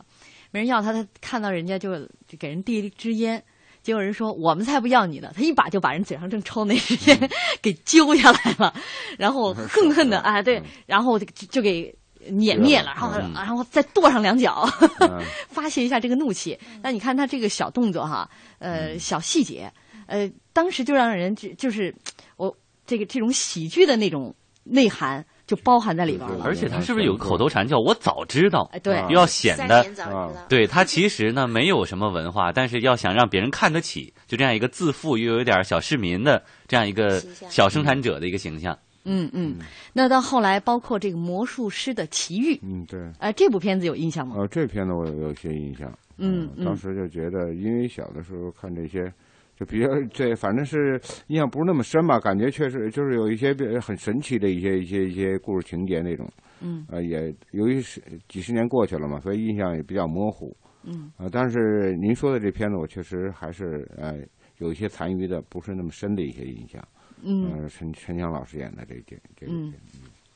Speaker 2: 没人要他，他看到人家就就给人递了一支烟。结果人说我们才不要你呢！他一把就把人嘴上正抽那支烟、
Speaker 5: 嗯
Speaker 2: 给揪下来了，然后恨恨的
Speaker 5: 啊
Speaker 2: 哎
Speaker 5: 嗯
Speaker 2: 对，然后就就给碾灭了，然后、
Speaker 26: 嗯
Speaker 2: 然后再跺上两脚， 发泄一下这个怒气。
Speaker 5: 嗯
Speaker 2: 那你看他这个小动作哈，呃，小细节，呃，当时就让人就就是我这个这种喜剧的那种内涵就包含在里边了。
Speaker 5: 而且他是不是有个口头禅叫“我早知道”？
Speaker 2: 哎对
Speaker 5: 又要显
Speaker 2: 三
Speaker 5: 得
Speaker 2: 年早知道，
Speaker 5: 对他其实呢没有什么文化，但是要想让别人看得起，就这样一个自负又有点小市民的这样一个小生产者的一个形象。
Speaker 2: 嗯嗯，那到后来包括这个魔术师的奇遇，
Speaker 3: 嗯，对。
Speaker 2: 呃，这部片子有印象吗？
Speaker 3: 呃，这片子我有有些印象。
Speaker 2: 嗯嗯
Speaker 3: 当时就觉得，因为小的时候看这些，就比较这，反正是印象不是那么深吧，感觉确实就是有一些比很神奇的一些一些一些故事情节那种。
Speaker 2: 嗯
Speaker 3: 呃，也由于是几十年过去了嘛，所以印象也比较模糊。
Speaker 2: 嗯
Speaker 3: 呃，但是您说的这片子，我确实还是呃有一些残余的，不是那么深的一些印象。
Speaker 2: 嗯
Speaker 3: 呃陈陈强老师演的这这这个，
Speaker 2: 嗯，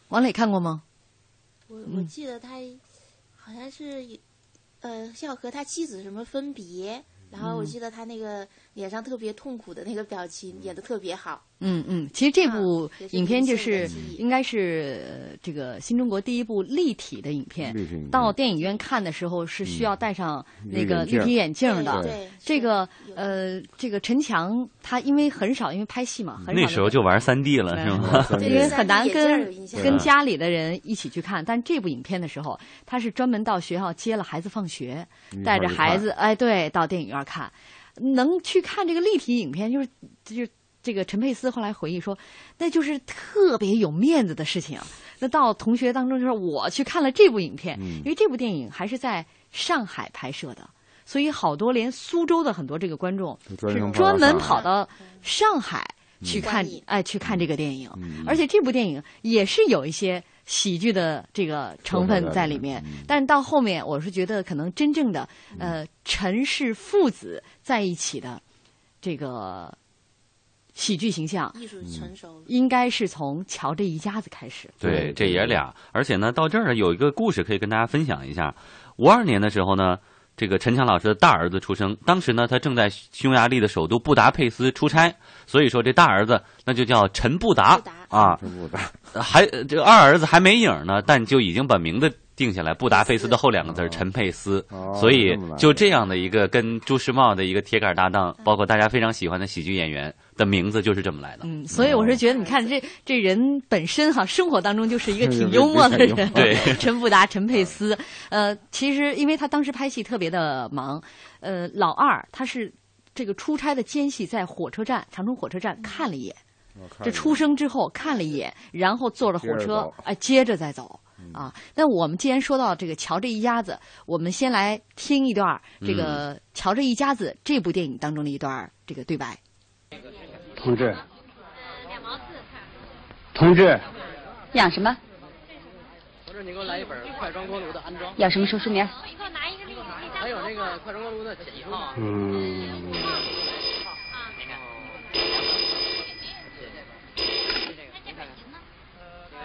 Speaker 2: 王磊看过吗？
Speaker 4: 我我记得他好像是有呃要和他妻子什么分别，然后我
Speaker 2: 嗯
Speaker 4: 记得他那个脸上特别痛苦的那个表情，演的特别好。
Speaker 2: 嗯嗯，其实这
Speaker 3: 啊
Speaker 2: 部
Speaker 4: 也是
Speaker 2: 影片就
Speaker 4: 人性
Speaker 2: 是
Speaker 4: 的记忆
Speaker 2: 应该是呃这个新中国第一部立体的影片
Speaker 3: 立体影片。
Speaker 2: 到电影院看的时候是需要戴上那个
Speaker 3: 眼镜
Speaker 2: 立
Speaker 3: 儿
Speaker 2: 体眼镜的
Speaker 3: 对对。
Speaker 2: 这个呃，这个陈强他因为很少，因为拍戏嘛，很少
Speaker 5: 那时候就玩啊三 D 了，是吗？
Speaker 2: 对，嗯因为很难跟
Speaker 5: 象
Speaker 2: 跟家里的人一起去看。但这部影片的时候，他是专门到学校接了孩子放学
Speaker 26: 嗯，
Speaker 2: 带着孩子，哎，对，到电影院看，能去看这个立体影片，就是就是这个陈佩斯后来回忆说，那就是特别有面子的事情。那到同学当中就说我去看了这部影片，因为这部电影还是在上海拍摄的。所以好多连苏州的很多这个观众
Speaker 3: 都专
Speaker 2: 是
Speaker 3: 程跑到
Speaker 2: 专门
Speaker 3: 上海
Speaker 2: 跑到上海
Speaker 3: 嗯
Speaker 2: 去看
Speaker 3: 观影，
Speaker 2: 哎，去看这个电影。
Speaker 3: 嗯
Speaker 2: 而且这部电影也是有一些喜剧的这个成分在里面，但是到后面我是觉得可能真正的呃陈氏父子在一起的这个喜剧形象，
Speaker 4: 艺术成熟了。
Speaker 2: 应该是从乔这一家子开始。
Speaker 5: 对，这爷俩，而且呢，到这儿有一个故事可以跟大家分享一下。五二年的时候呢，这个陈强老师的大儿子出生，当时呢，他正在匈牙利的首都布达佩斯出差，所以说这大儿子那就叫陈布达啊，
Speaker 3: 陈布达，
Speaker 5: 还这个二儿子还没影儿呢，但就已经把名字定下来，布达佩斯的后两个字儿陈佩斯，所以
Speaker 3: 哦这么来的
Speaker 5: 就这样的一个跟朱时茂的一个铁杆搭档，包括大家非常喜欢的喜剧演员的名字就是这么来的。
Speaker 2: 嗯，所以我是觉得，你看这这人本身哈，生活当中就是一 个挺
Speaker 5: 对
Speaker 2: 幽默的
Speaker 5: 挺幽
Speaker 2: 人，
Speaker 5: 默对
Speaker 2: 陈富达、陈佩斯，呃，其实因为他当时拍戏特别的忙，呃，老二他是这个出差的间隙，在火车站长春火车站看了一眼，这出生之后看了一眼，然后坐着火
Speaker 8: 嗯接着
Speaker 2: 车
Speaker 8: 走，嗯
Speaker 2: 哎，接着再走。啊，那我们既然说到这个乔这一家子，我们先来听一段儿这
Speaker 8: 嗯
Speaker 2: 个《乔这一家子》这部电影当中的一段儿这个对白。
Speaker 9: 同志，
Speaker 27: 嗯
Speaker 9: 同志，
Speaker 10: 养什么？
Speaker 11: 同志，你给我来一本《快装锅炉的安装》。
Speaker 10: 养什么？说书名。
Speaker 11: 还有那个《快装锅炉的解放》。
Speaker 9: 嗯，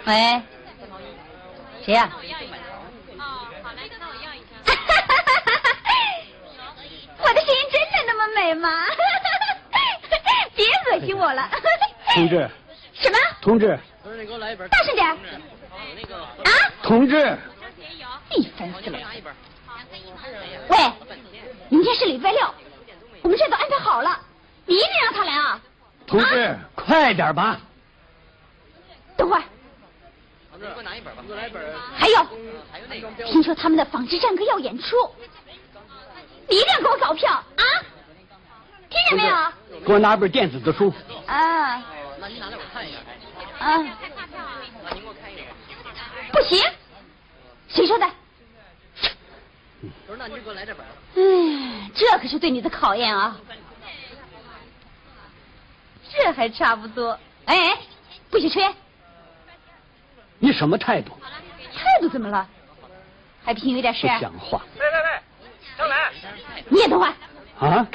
Speaker 10: 喂，谁呀、
Speaker 27: 我的声音真的那么美 吗？别恶心我了！
Speaker 9: 同志，
Speaker 27: 什么？
Speaker 9: 同志，
Speaker 11: 同志，你给我来一本。
Speaker 27: 大声点！啊！
Speaker 9: 同志，
Speaker 27: 你烦死了！喂，明天是礼拜六，我们这都安排好了，你一定让他来啊！
Speaker 9: 同志，快点吧！
Speaker 27: 等会儿，
Speaker 11: 同志，给我拿一本吧。给我来一本。
Speaker 27: 还有，
Speaker 11: 还有那个。
Speaker 27: 听说他们的纺织战歌要演出，你一定要给我搞票啊！听见没有？
Speaker 9: 给我拿本电子的书。
Speaker 27: 啊
Speaker 11: 那您拿来我看一下。
Speaker 27: 啊！
Speaker 11: 那您给我看一眼。
Speaker 27: 不行，谁说的？
Speaker 11: 同志，那您就给我来这本。
Speaker 27: 唉，这可是对你的考验啊！这还差不多。哎，哎不许吹！
Speaker 9: 你什么态度？
Speaker 27: 态度怎么了？还不行有点事
Speaker 9: 不
Speaker 27: 儿？
Speaker 9: 讲话
Speaker 11: 喂喂喂，张兰。
Speaker 27: 你也等会儿，
Speaker 9: 啊！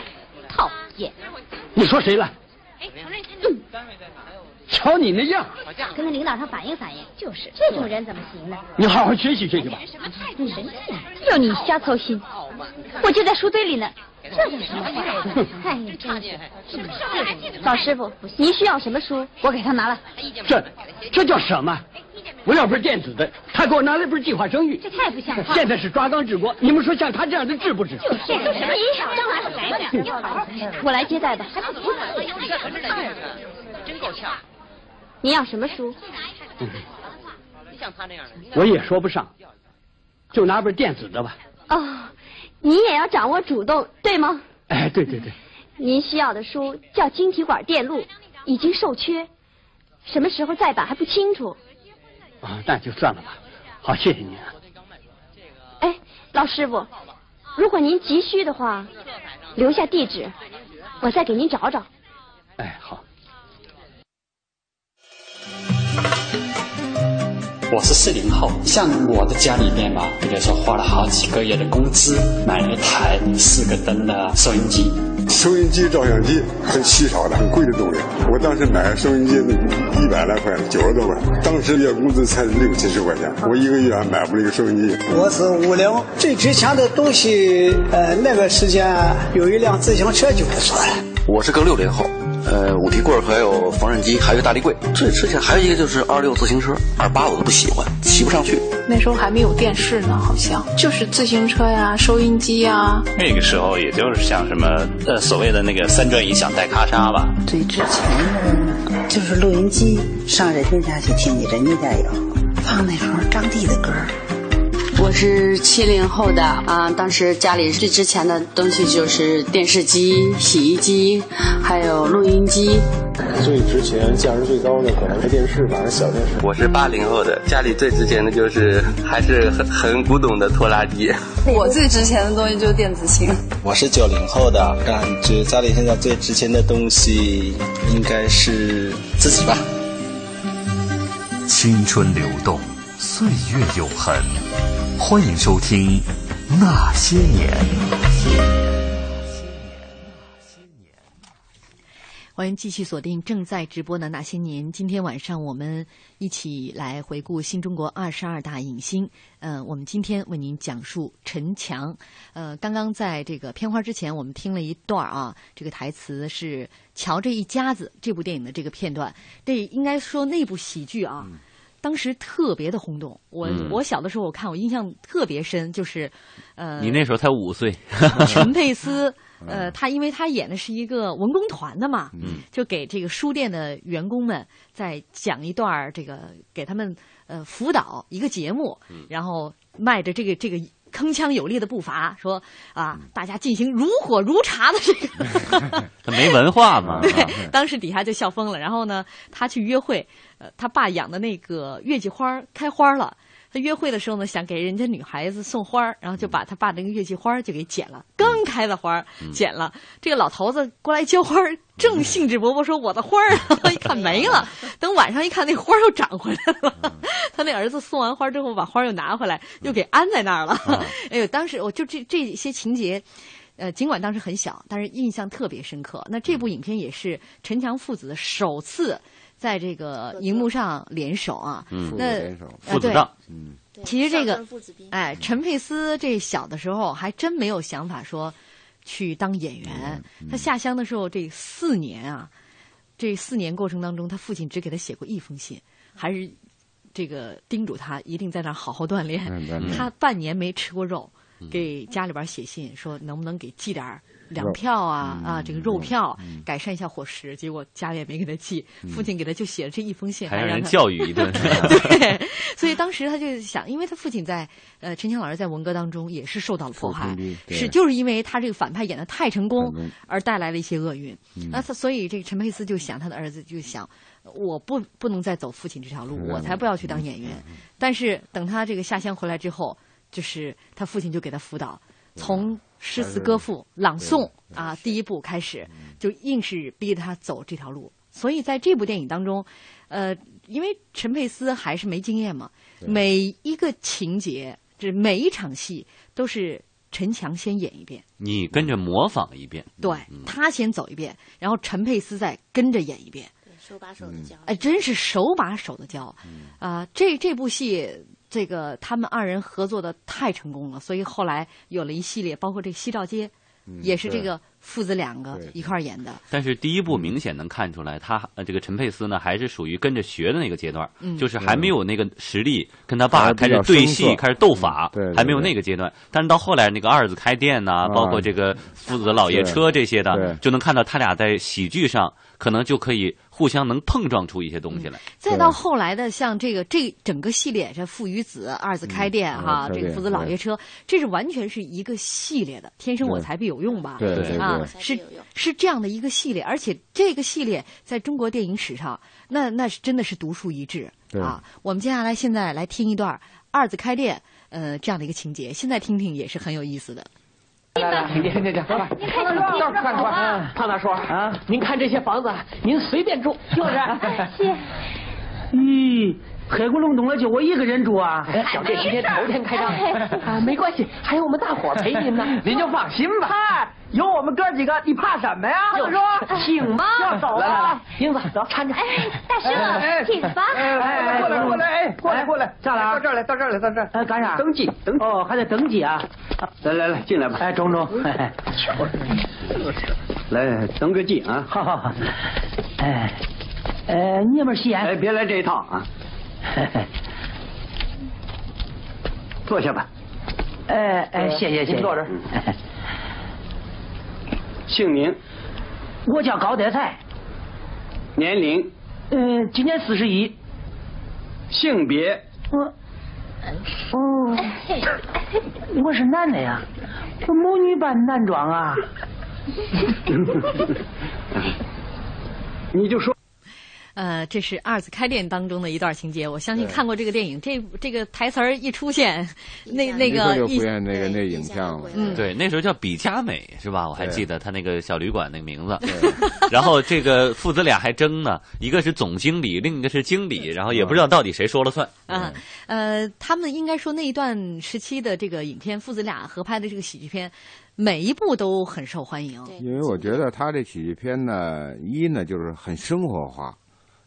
Speaker 27: 讨厌！
Speaker 9: 你说谁了？
Speaker 27: 哎，同志，嗯，
Speaker 9: 瞧你那样，
Speaker 27: 跟那领导上反映反映。就是，这种人怎么行呢？哎
Speaker 9: 你好好学习学习吧。
Speaker 27: 你人贱，要你瞎操心。我就在书堆里呢。这叫什么态度？哎，你真是。老师傅，您需要什么书？我给他拿了。
Speaker 9: 这这叫什么？我要本电子的，他给我拿了本计划生育。
Speaker 27: 这太不像话。
Speaker 9: 现在是抓纲治国，你们说像他这样的治不治？
Speaker 27: 哎这个什么影响？张兰，我来接待吧。
Speaker 11: 真够呛。
Speaker 27: 您要什么书？
Speaker 11: 你像他那样的，你
Speaker 9: 我也说不上，就拿本电子的吧。
Speaker 27: 哦，您也要掌握主动，对吗？
Speaker 9: 哎，对对对，
Speaker 27: 您需要的书叫《晶体管电路》，已经售缺，什么时候再版还不清楚。
Speaker 9: 啊，那就算了吧。好，谢谢您啊。
Speaker 27: 哎，老师傅，如果您急需的话，留下地址，我再给您找找。
Speaker 9: 哎，好。
Speaker 28: 我是四零后，像我的家里面嘛，比如说花了好几个月的工资买了一台四个灯的收音机，
Speaker 6: 收音机、照相机很稀少的、很贵的东西。我当时买收音机一百来块，九十多块，当时那工资才六七十块钱，我一个月还买不了一个收音机。
Speaker 29: 我是五零，啊最值钱的东西，呃，那个时间有一辆自行车就不错了。
Speaker 12: 我是个六零后，呃，五提棍儿还有缝纫机，还有大立柜。最之前还有一个就是二六自行车，二八我都不喜欢，骑不上去。
Speaker 17: 那时候还没有电视呢，好像就是自行车呀、收音机呀。
Speaker 18: 那个时候也就是像什么呃所谓的那个三转音响带咔嚓吧。
Speaker 26: 最之前的就是录音机，上人家家去听去，人家家有放那时候张帝的歌。
Speaker 7: 我是七零后的啊，当时家里最值钱的东西就是电视机、洗衣机，还有录音机。
Speaker 8: 最值钱、价值最高的可能是电视吧，小电视。
Speaker 16: 啊
Speaker 29: 我是八零后的，家里最值钱的就是还是很很古董的拖拉机。
Speaker 13: 我最值钱的东西就是电子琴。
Speaker 15: 我是九零后的，感觉家里现在最值钱的东西应该是自己吧。
Speaker 1: 青春流动，岁月永恒。欢迎收听《那些年》。
Speaker 2: 欢迎继续锁定正在直播的《那些年》。今天晚上我们一起来回顾新中国二十二大影星。呃，我们今天为您讲述陈强。呃，刚刚在这个片花之前，我们听了一段啊，这个台词是“瞧这一家子”这部电影的这个片段。这应该说那部喜剧啊。嗯当时特别的轰动，我、
Speaker 5: 嗯
Speaker 2: 我小的时候我看我印象特别深，就是，呃，
Speaker 5: 你那时候才五岁，
Speaker 2: 陈佩斯，呃，他因为他演的是一个文工团的嘛，
Speaker 5: 嗯
Speaker 2: 就给这个书店的员工们在讲一段儿这个给他们呃辅导一个节目，然后迈着这个这个铿锵有力的步伐说啊，大家进行如火如茶的这个
Speaker 5: 他没文化 嘛。
Speaker 2: 对，当时底下就笑疯了。然后呢，他去约会，呃，他爸养的那个月季花儿开花了。他约会的时候呢，想给人家女孩子送花儿，然后就把他爸那个月季花儿就给剪了，刚开的花儿剪了。这个老头子过来浇花儿，正兴致勃勃说：“我的花儿啊！” 一看没了，等晚上一看，那花儿又长回来了。 他那儿子送完花儿之后，把花儿又拿回来，又
Speaker 3: 嗯
Speaker 2: 给安在那儿了。
Speaker 3: 啊
Speaker 2: 哎呦，当时我就这这些情节。呃，尽管当时很小，但是印象特别深刻。那
Speaker 3: 嗯
Speaker 2: 这部影片也是陈强父子首次在这个荧幕上联手啊。
Speaker 3: 嗯
Speaker 2: 那
Speaker 3: 父子联手
Speaker 2: 呃
Speaker 3: 父子
Speaker 2: 对
Speaker 3: 档
Speaker 5: 嗯
Speaker 2: 其实这
Speaker 4: 孝
Speaker 2: 个
Speaker 4: 顺父子兵
Speaker 2: 哎，陈佩斯这小的时候还真没有想法说去当演员。
Speaker 5: 嗯
Speaker 2: 他下乡的时候，这四年啊，这四年过程当中，他父亲只给他写过一封信，还是这个叮嘱他一定在那儿好好锻炼。
Speaker 3: 嗯锻炼
Speaker 2: 他半年没吃过肉，
Speaker 5: 嗯
Speaker 2: 给家里边写信说能不能给寄点儿粮票啊
Speaker 5: 嗯
Speaker 2: 啊，这个肉票，改善一下伙食。结果家里也没给他寄，父亲给他就写了这一封信，
Speaker 5: 嗯还
Speaker 2: 还
Speaker 5: 让
Speaker 2: 让
Speaker 5: 人
Speaker 2: 他
Speaker 5: 教育 一顿，
Speaker 2: 对， 所以当时他就想，因为他父亲在呃陈强老师在文革当中也是受到了迫害
Speaker 3: 冲击，对
Speaker 2: 是就是因为他这个反派演的太成功
Speaker 3: 成功
Speaker 2: 而带来了一些厄运。
Speaker 3: 嗯
Speaker 2: 那他所以这个陈佩斯就想，他的儿子就想，我不不能再走父亲这条路，
Speaker 3: 嗯
Speaker 2: 我才不要去当演员。但是等他这个下乡回来之后，就是他父亲就给他辅导，从诗词歌赋、朗诵啊第一步开始，
Speaker 3: 嗯
Speaker 2: 就硬是逼着他走这条路。所以在这部电影当中，呃，因为陈佩斯还是没经验嘛，每一个情节，这每一场戏都是陈强先演一遍，
Speaker 5: 你跟着模仿一遍。
Speaker 2: 对他先走一遍，然后陈佩斯再跟着演一遍。
Speaker 4: 手把手的教。
Speaker 2: 哎，真是手把手的教，啊、这这部戏，这个他们二人合作的太成功了，所以后来有了一系列，包括这个《西照街》
Speaker 5: 嗯
Speaker 2: 也是这个父子两个一块儿演的，
Speaker 5: 但是第一部明显能看出来，他呃这个陈佩斯呢，还是属于跟着学的那个阶段，
Speaker 2: 嗯
Speaker 5: 就是还没有那个实力跟他爸
Speaker 3: 还
Speaker 5: 开
Speaker 3: 比
Speaker 5: 始
Speaker 3: 较
Speaker 5: 对
Speaker 3: 生
Speaker 5: 戏、
Speaker 3: 涩嗯
Speaker 5: 开始斗法，
Speaker 3: 对对
Speaker 5: 还没有那个阶段。但是到后来那个二子开店呐、
Speaker 3: 啊
Speaker 5: 包括这个父子老爷车这些的
Speaker 3: 对，
Speaker 5: 就能看到他俩在喜剧上可能就可以互相能碰撞出一些东西来。
Speaker 2: 嗯再到后来的像这个这整个系列，这父与子、二子开店哈、
Speaker 3: 嗯二子开
Speaker 2: 这个
Speaker 3: 店
Speaker 2: 父子老爷车，这是完全是一个系列的，天生我材必有用吧？
Speaker 3: 对对对
Speaker 2: 啊
Speaker 3: 对，
Speaker 2: 是
Speaker 4: 有用
Speaker 2: 是这样的一个系列，而且这个系列在中国电影史上，那那是真的是独树一帜
Speaker 3: 对
Speaker 2: 啊！我们接下来现在来听一段二子开店。呃，这样的一个情节，现在听听也是很有意思的。
Speaker 9: 请进，请进，快来，
Speaker 15: 您看这房子
Speaker 9: 到处看
Speaker 15: 好
Speaker 9: 看
Speaker 15: 啊。
Speaker 9: 胖大叔啊，哎您看这些房子，您随便住，就是。
Speaker 15: 谢。
Speaker 9: 咦，黑咕隆咚的就我一个人住啊！小
Speaker 15: 没
Speaker 9: 这今天
Speaker 15: 事儿
Speaker 9: 头天开张
Speaker 15: 哎
Speaker 9: 啊，没关系，还有我们大伙儿陪您呢， 您就放心吧。嗨，有我们哥几个，你怕什么呀？就说
Speaker 15: 请吧
Speaker 9: 要走
Speaker 15: 来来
Speaker 9: 了
Speaker 15: 来，
Speaker 9: 英子走，搀着。
Speaker 15: 哎，大师
Speaker 9: 哎
Speaker 15: 傅，请吧。
Speaker 9: 哎哎，过来过来，哎，过来过来，下来啊，到这儿来，到这儿来，到这儿。哎，干啥？登记，登哦，还得登记啊。来来来，进来吧。哎，中中，
Speaker 16: 来登个记啊！
Speaker 24: 好好好，哎，呃，你们吸烟？
Speaker 16: 哎，别来这一套啊！坐下吧。
Speaker 24: 哎哎，谢谢谢谢。
Speaker 16: 您坐这儿。 姓名？
Speaker 24: 我叫高德才。
Speaker 16: 年龄？
Speaker 24: 嗯，今年四十一。
Speaker 16: 性别？
Speaker 24: 我，哦，我是男的呀，我母女扮男装啊。
Speaker 16: 你就说。
Speaker 2: 呃，这是二次开店当中的一段情节，我相信看过这个电影，这这个台词儿一出现，那那个
Speaker 3: 就回那个那影像了。
Speaker 2: 嗯，
Speaker 5: 对，那时候叫比佳美是吧？我还记得他那个小旅馆那个名字。 然后这个父子俩还争呢，一个是总经理，另一个是经理，然后也不
Speaker 3: 嗯
Speaker 5: 知道到底谁说了算。
Speaker 2: 啊，呃，他们应该说那一段时期的这个影片，父子俩合拍的这个喜剧片。每一部都很受欢迎，
Speaker 3: 因为我觉得他这喜剧片呢，一呢就是很生活化，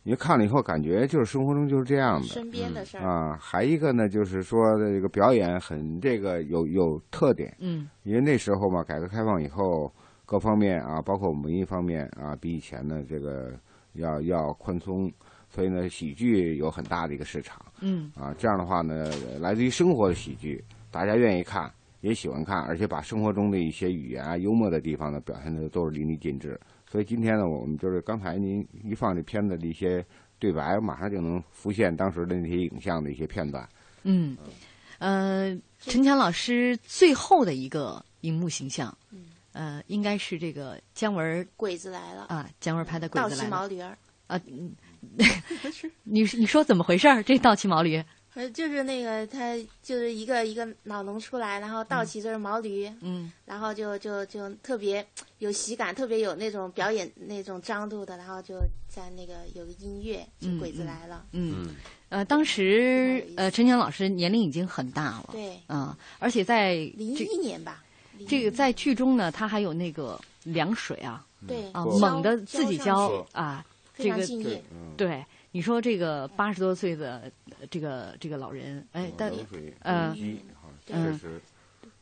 Speaker 3: 你看了以后感觉就是生活中就是这样的，
Speaker 4: 身边的事儿
Speaker 3: 啊、呃。还一个呢，就是说这个表演很这个有有特点，
Speaker 2: 嗯，
Speaker 3: 因为那时候嘛，改革开放以后，各方面啊，包括文艺方面啊，比以前呢这个要要宽松，所以呢，喜剧有很大的一个市场，
Speaker 2: 嗯，
Speaker 3: 啊，这样的话呢，来自于生活的喜剧，大家愿意看。也喜欢看，而且把生活中的一些语言啊、幽默的地方呢，表现的都是淋漓尽致。所以今天呢，我们就是刚才您一放这片子的一些对白，马上就能浮现当时的那些影像的一些片段。
Speaker 2: 嗯，呃，陈强老师最后的一个荧幕形象，呃，应该是这个姜文《
Speaker 4: 嗯鬼子来了》
Speaker 2: 啊，姜文拍的《鬼子来了》。
Speaker 4: 倒骑毛驴儿
Speaker 2: 啊， 你你说怎么回事儿？这倒骑毛驴。
Speaker 4: 呃，就是那个，他就是一个一个老农出来，然后倒骑就是毛驴，
Speaker 2: 嗯，
Speaker 4: 然后就就就特别有喜感，特别有那种表演那种张度的，然后就在那个有个音乐，就鬼子来了，
Speaker 2: 嗯，嗯呃，当时呃，陈强老师年龄已经很大了，
Speaker 4: 对，
Speaker 2: 呃，
Speaker 4: 啊、
Speaker 2: 而且在
Speaker 4: 零一年吧，
Speaker 2: 这个在剧中呢，他还有那个凉水啊，
Speaker 4: 嗯对
Speaker 2: 啊，猛的自己
Speaker 4: 浇
Speaker 2: 啊，
Speaker 4: 这个对。
Speaker 2: 对你说这个八十多岁的这个这个老人，
Speaker 3: 嗯
Speaker 2: 哎，但呃，
Speaker 3: 确实，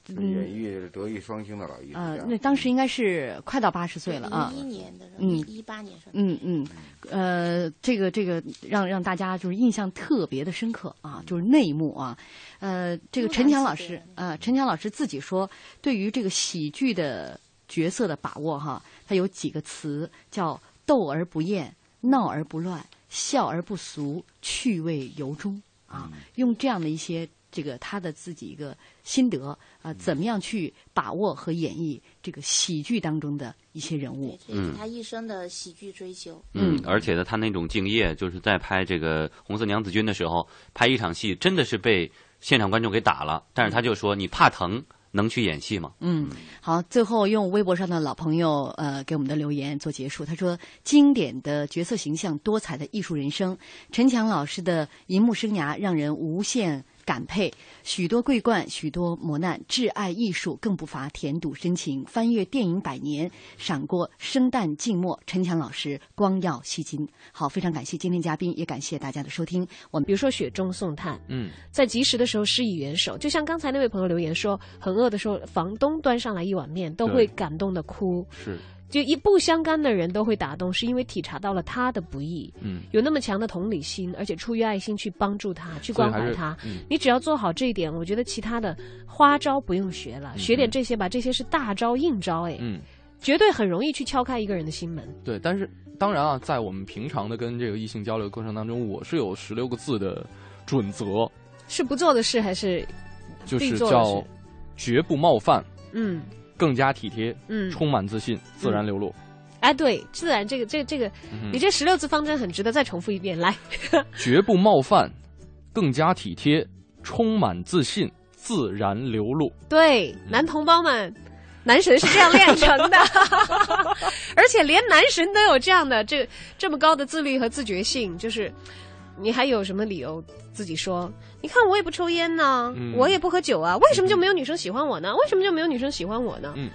Speaker 3: 演绎是德艺双馨的老艺术
Speaker 2: 啊。那当时应该是快到八十岁了啊，
Speaker 4: 一一年的，嗯，一八年生，
Speaker 2: 嗯嗯，呃，这个这个让让大家就是印象特别的深刻啊，就是那一幕啊，呃，这个陈强老师啊，陈强老师自己说，对于这个喜剧的角色的把握哈，他有几个词叫斗而不厌，闹而不乱。笑而不俗，趣味由衷啊！用这样的一些这个他的自己一个心得啊、呃，怎么样去把握和演绎这个喜剧当中的一些人物？
Speaker 4: 嗯，他一生的喜剧追求。
Speaker 5: 嗯，而且呢，他那种敬业，就是在拍这个《红色娘子军》的时候，拍一场戏真的是被现场观众给打了，但是他就说：“你怕疼。”能去演戏吗？
Speaker 2: 嗯，好，最后用微博上的老朋友呃给我们的留言做结束。他说：“经典的角色形象，多彩的艺术人生，陈强老师的银幕生涯让人无限感佩。许多桂冠，许多磨难，挚爱艺术，更不乏甜笃深情。翻阅电影百年，闪过生旦净末，陈强老师光耀西京。”好，非常感谢今天嘉宾，也感谢大家的收听。我们
Speaker 25: 比如说雪中送炭，
Speaker 5: 嗯，
Speaker 25: 在及时的时候施以援手，就像刚才那位朋友留言说，很饿的时候，房东端上来一碗面，都会感动的哭。
Speaker 5: 是。
Speaker 25: 就一不相干的人都会打动，是因为体察到了他的不易，
Speaker 5: 嗯，
Speaker 25: 有那么强的同理心，而且出于爱心去帮助他，去关怀他。嗯、你只要做好这一点，我觉得其他的花招不用学了，
Speaker 5: 嗯、
Speaker 25: 学点这些吧，这些是大招硬招，哎，
Speaker 5: 嗯，
Speaker 25: 绝对很容易去敲开一个人的心门。
Speaker 14: 对，但是当然啊，在我们平常的跟这个异性交流过程当中，我是有十六个字的准则，
Speaker 25: 是不做的事还是
Speaker 14: 就是
Speaker 25: 做
Speaker 14: 叫绝不冒犯，
Speaker 25: 嗯。
Speaker 14: 更加体贴，
Speaker 25: 嗯，
Speaker 14: 充满自信，自然流露。
Speaker 25: 哎，对，自然这个这个这个，
Speaker 14: 嗯
Speaker 25: 你这十六字方针很值得再重复一遍，来，
Speaker 14: 绝不冒犯，更加体贴，充满自信，自然流露。
Speaker 25: 对，男同胞们，男神是这样练成的，而且连男神都有这样的这这么高的自律和自觉性，就是你还有什么理由自己说？你看，我也不抽烟呢，我也不喝酒啊，为什么就没有女生喜欢我呢？为什么就没有女生喜欢我呢？
Speaker 14: 嗯，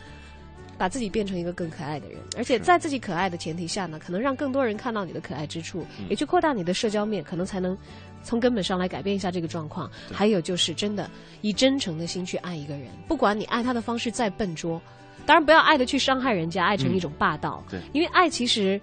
Speaker 25: 把自己变成一个更可爱的人，而且在自己可爱的前提下呢，可能让更多人看到你的可爱之处，也去扩大你的社交面，可能才能从根本上来改变一下这个状况。还有就是，真的以真诚的心去爱一个人，不管你爱他的方式再笨拙。当然不要爱的去伤害人家，爱成一种霸道。
Speaker 29: 对
Speaker 25: 因为爱其实，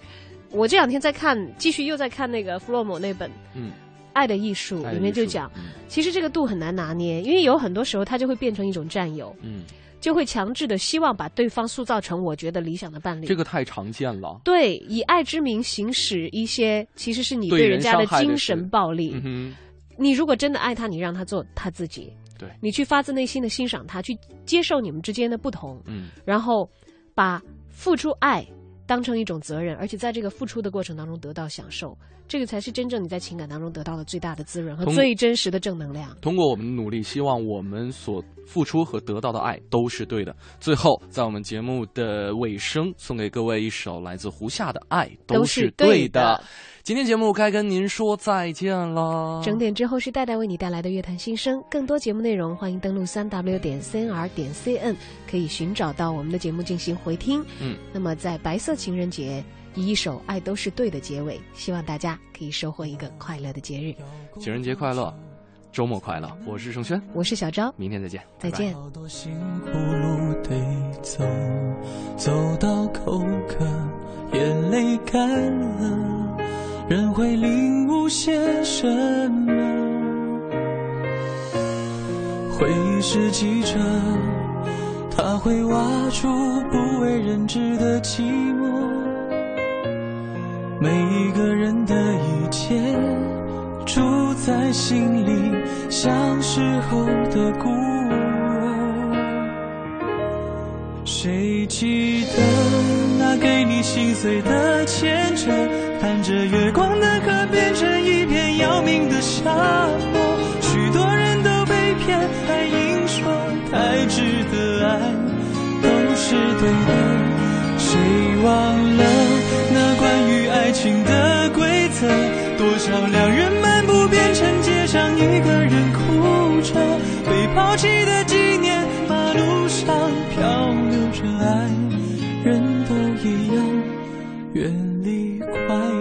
Speaker 25: 我这两天在看，继续又在看那个弗洛姆那本《
Speaker 29: 嗯，
Speaker 25: 爱的艺术》，
Speaker 29: 爱的
Speaker 25: 里面就
Speaker 29: 艺术
Speaker 25: 讲，
Speaker 29: 嗯
Speaker 25: 其实这个度很难拿捏，因为有很多时候它就会变成一种占有，
Speaker 29: 嗯，
Speaker 25: 就会强制的希望把对方塑造成我觉得理想的伴侣。
Speaker 29: 这个太常见了。
Speaker 25: 对，以爱之名行使一些其实是你
Speaker 29: 对
Speaker 25: 对
Speaker 29: 人
Speaker 25: 人家的
Speaker 29: 伤害的
Speaker 25: 精
Speaker 29: 事
Speaker 25: 神暴力。
Speaker 29: 嗯
Speaker 25: 你如果真的爱他，你让他做他自己，
Speaker 29: 哼，对，
Speaker 25: 你去发自内心的欣赏他，去接受你们之间的不同，
Speaker 29: 嗯，
Speaker 25: 然后把付出爱当成一种责任，而且在这个付出的过程当中得到享受，这个才是真正你在情感当中得到的最大的滋润和
Speaker 29: 通
Speaker 25: 最真实的正能量。
Speaker 29: 通过我们的努力，希望我们所付出和得到的爱都是对的。最后，在我们节目的尾声，送给各位一首来自胡夏的《爱
Speaker 25: 都
Speaker 29: 是
Speaker 25: 是
Speaker 29: 对
Speaker 25: 对的
Speaker 29: 今天节目该跟您说再见了。
Speaker 25: 整点之后是戴戴为你带来的乐坛新声，更多节目内容欢迎登录三 w 点 cnr 点 cn，可以寻找到我们的节目进行回听。
Speaker 29: 嗯，
Speaker 25: 那么在白色情人节，以一首《爱都是对的》结尾，希望大家可以收获一个快乐的节日。
Speaker 29: 情人节快乐，周末快乐。我是盛轩，
Speaker 25: 嗯我是小昭，
Speaker 29: 明天再见，
Speaker 25: 再见。
Speaker 10: 苦路得走，走到口渴，眼泪干了，人会领悟些什么？回忆是记者，他会挖出不为人知的寂寞。每一个人的一切，住在心里，像时候的孤窝。谁记得那给你心碎的牵扯？看着月光的河变成一片要命的沙漠，许多人都被骗，还硬说太值得爱都是对的。谁忘了那关于爱情的规则？多少两人漫步变成街上一个人哭着，被抛弃的纪念，马路上漂流着爱，人都一样，远离快乐。